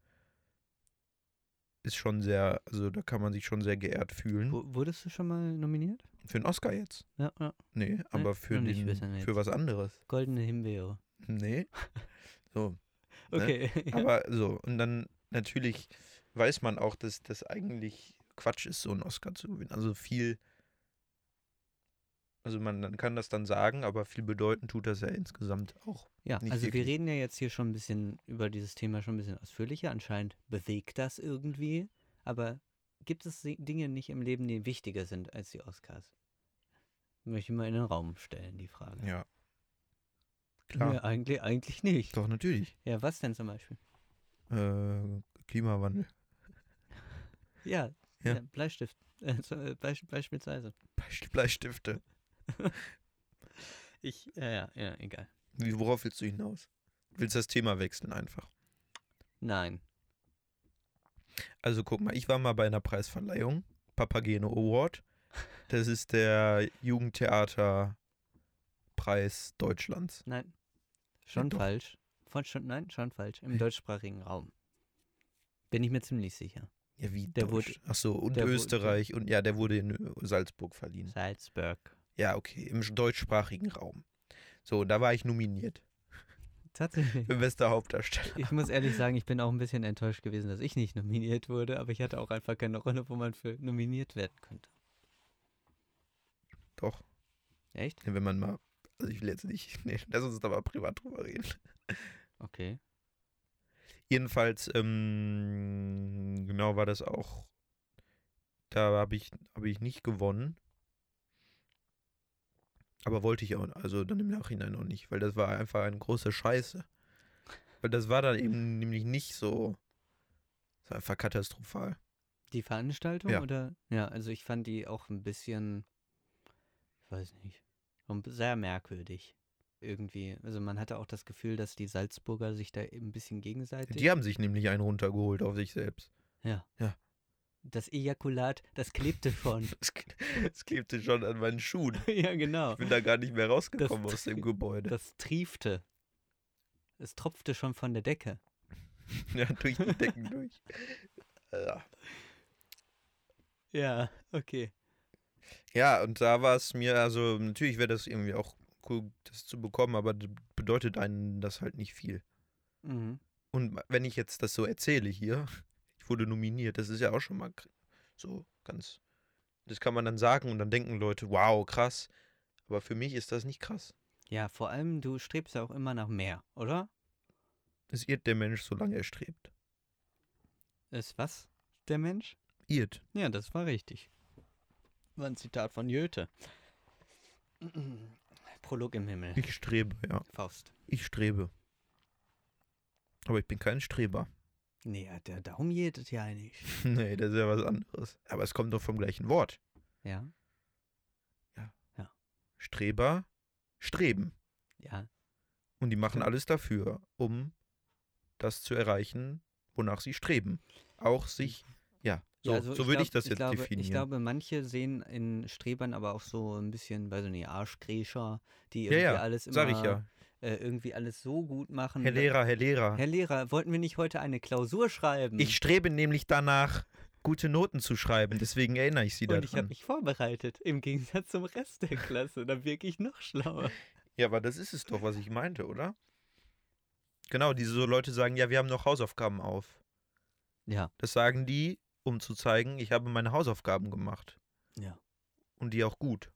ist schon sehr. Also, da kann man sich schon sehr geehrt fühlen. wo- wurdest du schon mal nominiert? Für einen Oscar jetzt? Ja, ja. Nee, aber für, Hm, noch nicht, den, wissen wir für jetzt. was anderes. Goldene Himbeere. Nee. So. Ne? Okay. ja. Aber so, und dann natürlich weiß man auch, dass das eigentlich Quatsch ist, so einen Oscar zu gewinnen. Also viel, also man dann kann das dann sagen, aber viel bedeuten tut das ja insgesamt auch. Ja, Nicht also wirklich. wir reden ja jetzt hier schon ein bisschen über dieses Thema schon ein bisschen ausführlicher. Anscheinend bewegt das irgendwie, aber gibt es si- Dinge nicht im Leben, die wichtiger sind als die Oscars? Möchte ich mal in den Raum stellen, die Frage. Ja. Klar, Nee, eigentlich, eigentlich nicht. doch natürlich. Ja, was denn zum Beispiel? Äh, Klimawandel. Ja, Ja. ja. Bleistift. Äh, so, äh, beisch- beispielsweise. Bleist- Bleistifte. Ich, ja, ja, ja, egal. Wie, worauf willst du hinaus? Du willst das Thema wechseln einfach. Nein. Also guck mal, ich war mal bei einer Preisverleihung, Papageno Award. Das ist der Jugendtheaterpreis Deutschlands. Nein. Schon doch. falsch. Von, schon, nein, schon falsch. Im Ja. deutschsprachigen Raum. Bin ich mir ziemlich sicher. Ja, wie Der wurde- Deutsch. Ach so, und der wurde- Österreich und ja, der wurde in Salzburg verliehen. Salzburg. Ja, okay, im sch- deutschsprachigen Raum. So, da war ich nominiert Tatsächlich. für bester Hauptdarsteller. Ich muss ehrlich sagen, ich bin auch ein bisschen enttäuscht gewesen, dass ich nicht nominiert wurde, aber ich hatte auch einfach keine Rolle, wo man für nominiert werden könnte. Doch, Echt? wenn man mal also ich will jetzt nicht, nee, lass uns da mal privat drüber reden. Okay. Jedenfalls, ähm, genau war das auch, da habe ich, hab ich nicht gewonnen. Aber wollte ich auch, also dann im Nachhinein auch nicht, weil das war einfach eine große Scheiße. Weil das war dann eben nämlich nicht so, das war einfach katastrophal. Die Veranstaltung Ja. oder? Ja, also ich fand die auch ein bisschen, ich weiß nicht, schon sehr merkwürdig. irgendwie. Also man hatte auch das Gefühl, dass die Salzburger sich da ein bisschen gegenseitig. Die haben sich nämlich einen runtergeholt auf sich selbst. ja. Ja. Das Ejakulat, das klebte schon. Das, das klebte schon an meinen Schuhen. ja, genau. Ich bin da gar nicht mehr rausgekommen Das- aus dem Gebäude. Das triefte. Es tropfte schon von der Decke. Ja, durch die Decken durch. Ja. Ja, okay. Ja, und da war es mir, also natürlich wäre das irgendwie auch cool, das zu bekommen, aber d- bedeutet einem das halt nicht viel. Mhm. Und ma- wenn ich jetzt das so erzähle hier, ich wurde nominiert, das ist ja auch schon mal kr- so ganz. Das kann man dann sagen und dann denken Leute, wow, krass. Aber für mich ist das nicht krass. Ja, vor allem, du strebst ja auch immer nach mehr, oder? Es irrt der Mensch, solange er strebt. Ist was der Mensch? Irrt. Ja, das war richtig. War ein Zitat von Goethe. Prolog im Himmel. Ich strebe, ja. Faust. Ich strebe. Aber ich bin kein Streber. Nee, äh, ja, da- darum geht es ja nicht. nee, das ist ja was anderes. Aber es kommt doch vom gleichen Wort. Ja, Streber, streben. ja, Und die machen Stimmt. alles dafür, um das zu erreichen, wonach sie streben. Auch sich, ja, so, ja, also so würde ich glaub- das jetzt glaube, definieren. Ich glaube, manche sehen in Strebern aber auch so ein bisschen, weiß ich nicht, Arschkräscher, die Ja, irgendwie ja, alles immer Sag ich ja. Äh, irgendwie alles so gut machen. Herr Lehrer, Herr Lehrer, Herr Lehrer, wollten wir nicht heute eine Klausur schreiben? ich strebe nämlich danach, gute Noten zu schreiben. Deswegen erinnere ich Sie Und ich habe daran. mich vorbereitet, im Gegensatz zum Rest der Klasse. Da wirke ich noch schlauer. ja, aber das ist es doch, was ich meinte, oder? Genau, diese so Leute sagen, ja, wir haben noch Hausaufgaben auf. Ja, Das sagen die, um zu zeigen, ich habe meine Hausaufgaben gemacht. Ja. Und die auch gut.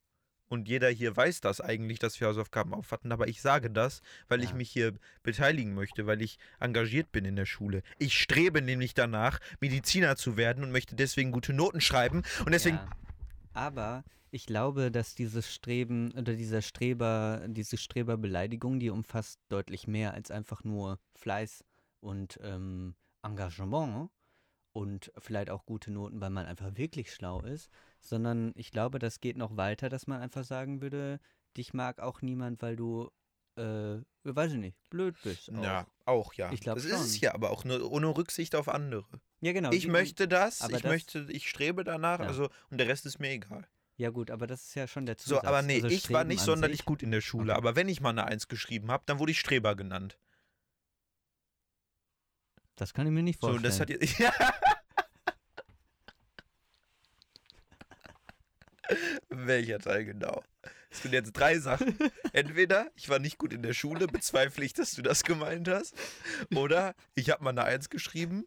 Und jeder hier weiß das eigentlich, dass wir Hausaufgaben auf hatten, aber ich sage das, weil ich Ja. mich hier beteiligen möchte, weil ich engagiert bin in der Schule. Ich strebe nämlich danach, Mediziner zu werden und möchte deswegen gute Noten schreiben und deswegen Ja. Aber ich glaube, dass dieses Streben oder dieser Streber, diese Streberbeleidigung, die umfasst deutlich mehr als einfach nur Fleiß und ähm, Engagement und vielleicht auch gute Noten, weil man einfach wirklich schlau ist, sondern ich glaube, das geht noch weiter, dass man einfach sagen würde, dich mag auch niemand, weil du, äh, weiß ich nicht, blöd bist. Auch. Ja, auch ja. Ich glaub das ist es schon. ja, aber auch nur ohne Rücksicht auf andere. ja genau. ich die- möchte das, aber ich das- möchte, ich strebe danach, Ja. also und der Rest ist mir egal. Ja gut, aber das ist ja schon der So, Zusatz. aber nee, Also ich war Streben nicht an sonderlich sich- gut in der Schule, Okay. aber wenn ich mal eine Eins geschrieben habe, dann wurde ich Streber genannt. Das kann ich mir nicht So, vorstellen. und das hat jetzt. Ja. Welcher Teil genau? Es sind jetzt drei Sachen. Entweder ich war nicht gut in der Schule, bezweifle ich, dass du das gemeint hast. Oder ich habe mal eine Eins geschrieben,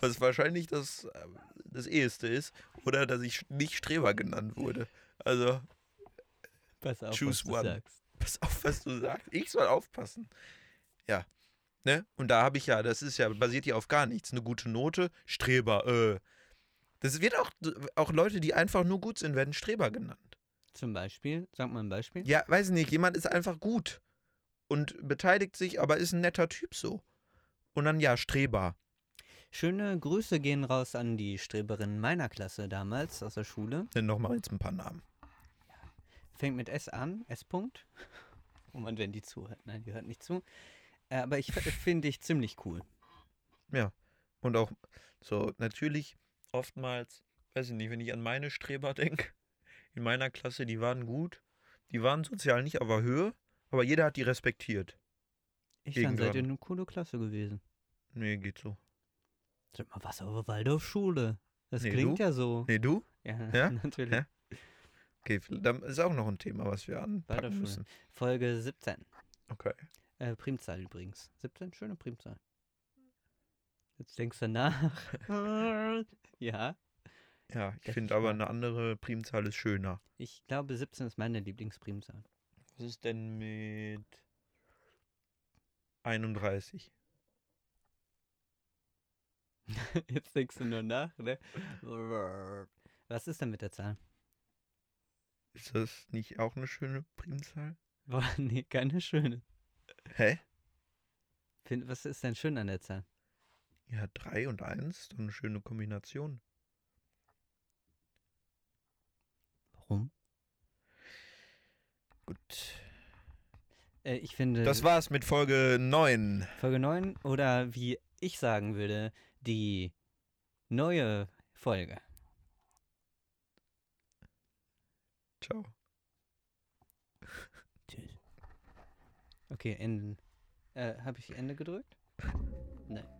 was wahrscheinlich das, äh, das eheste ist. Oder dass ich nicht Streber genannt wurde. Also, Pass auf, was Choose du one. sagst. pass auf, was du sagst. Ich soll aufpassen. Ja. Ne? Und da habe ich ja, das ist ja, basiert ja auf gar nichts. Eine gute Note, Streber, äh. Das wird auch, auch Leute, die einfach nur gut sind, werden Streber genannt. Zum Beispiel, sag mal ein Beispiel. Ja, weiß nicht, jemand ist einfach gut und beteiligt sich, aber ist ein netter Typ so. Und dann ja, Streber. Schöne Grüße gehen raus an die Streberin meiner Klasse damals aus der Schule. Nenn doch mal jetzt ein paar Namen. Fängt mit S an, S-Punkt. Oh Mann, wenn die zuhört. Nein, die hört nicht zu. Äh, Aber ich f- finde dich ziemlich cool. Und auch so, natürlich, oftmals, weiß ich nicht, wenn ich an meine Streber denke, in meiner Klasse, die waren gut, die waren sozial nicht auf der Höhe, aber jeder hat die respektiert. Ich dann seid ihr Irgendwann. eine coole Klasse gewesen. Nee, geht so. Sag mal, was auf der Waldorfschule? Das Nee, klingt du? ja so. Nee, du? Ja, Ja? natürlich. Ja? Okay, dann ist auch noch ein Thema, was wir anpacken Weiterführen. müssen. Folge 17. Okay. Äh, Primzahl übrigens. 17, schöne Primzahl. Jetzt denkst du nach. ja, Ja, ich Das finde ist aber wahr. eine andere Primzahl ist schöner. ich glaube 17 ist meine Lieblingsprimzahl. Was ist denn mit 31? Jetzt denkst du nur nach, ne? Was ist denn mit der Zahl? Ist das nicht auch eine schöne Primzahl? Boah, nee, keine schöne. Hä? Find, was ist denn schön an der Zahl? Ja, 3 und 1 ist doch eine schöne Kombination. Warum? Gut. Äh, ich finde Das war's mit Folge 9. Folge 9 oder wie ich sagen würde, die neue Folge. Ciao. Okay, Ende. Äh, Habe ich Ende gedrückt? Nein.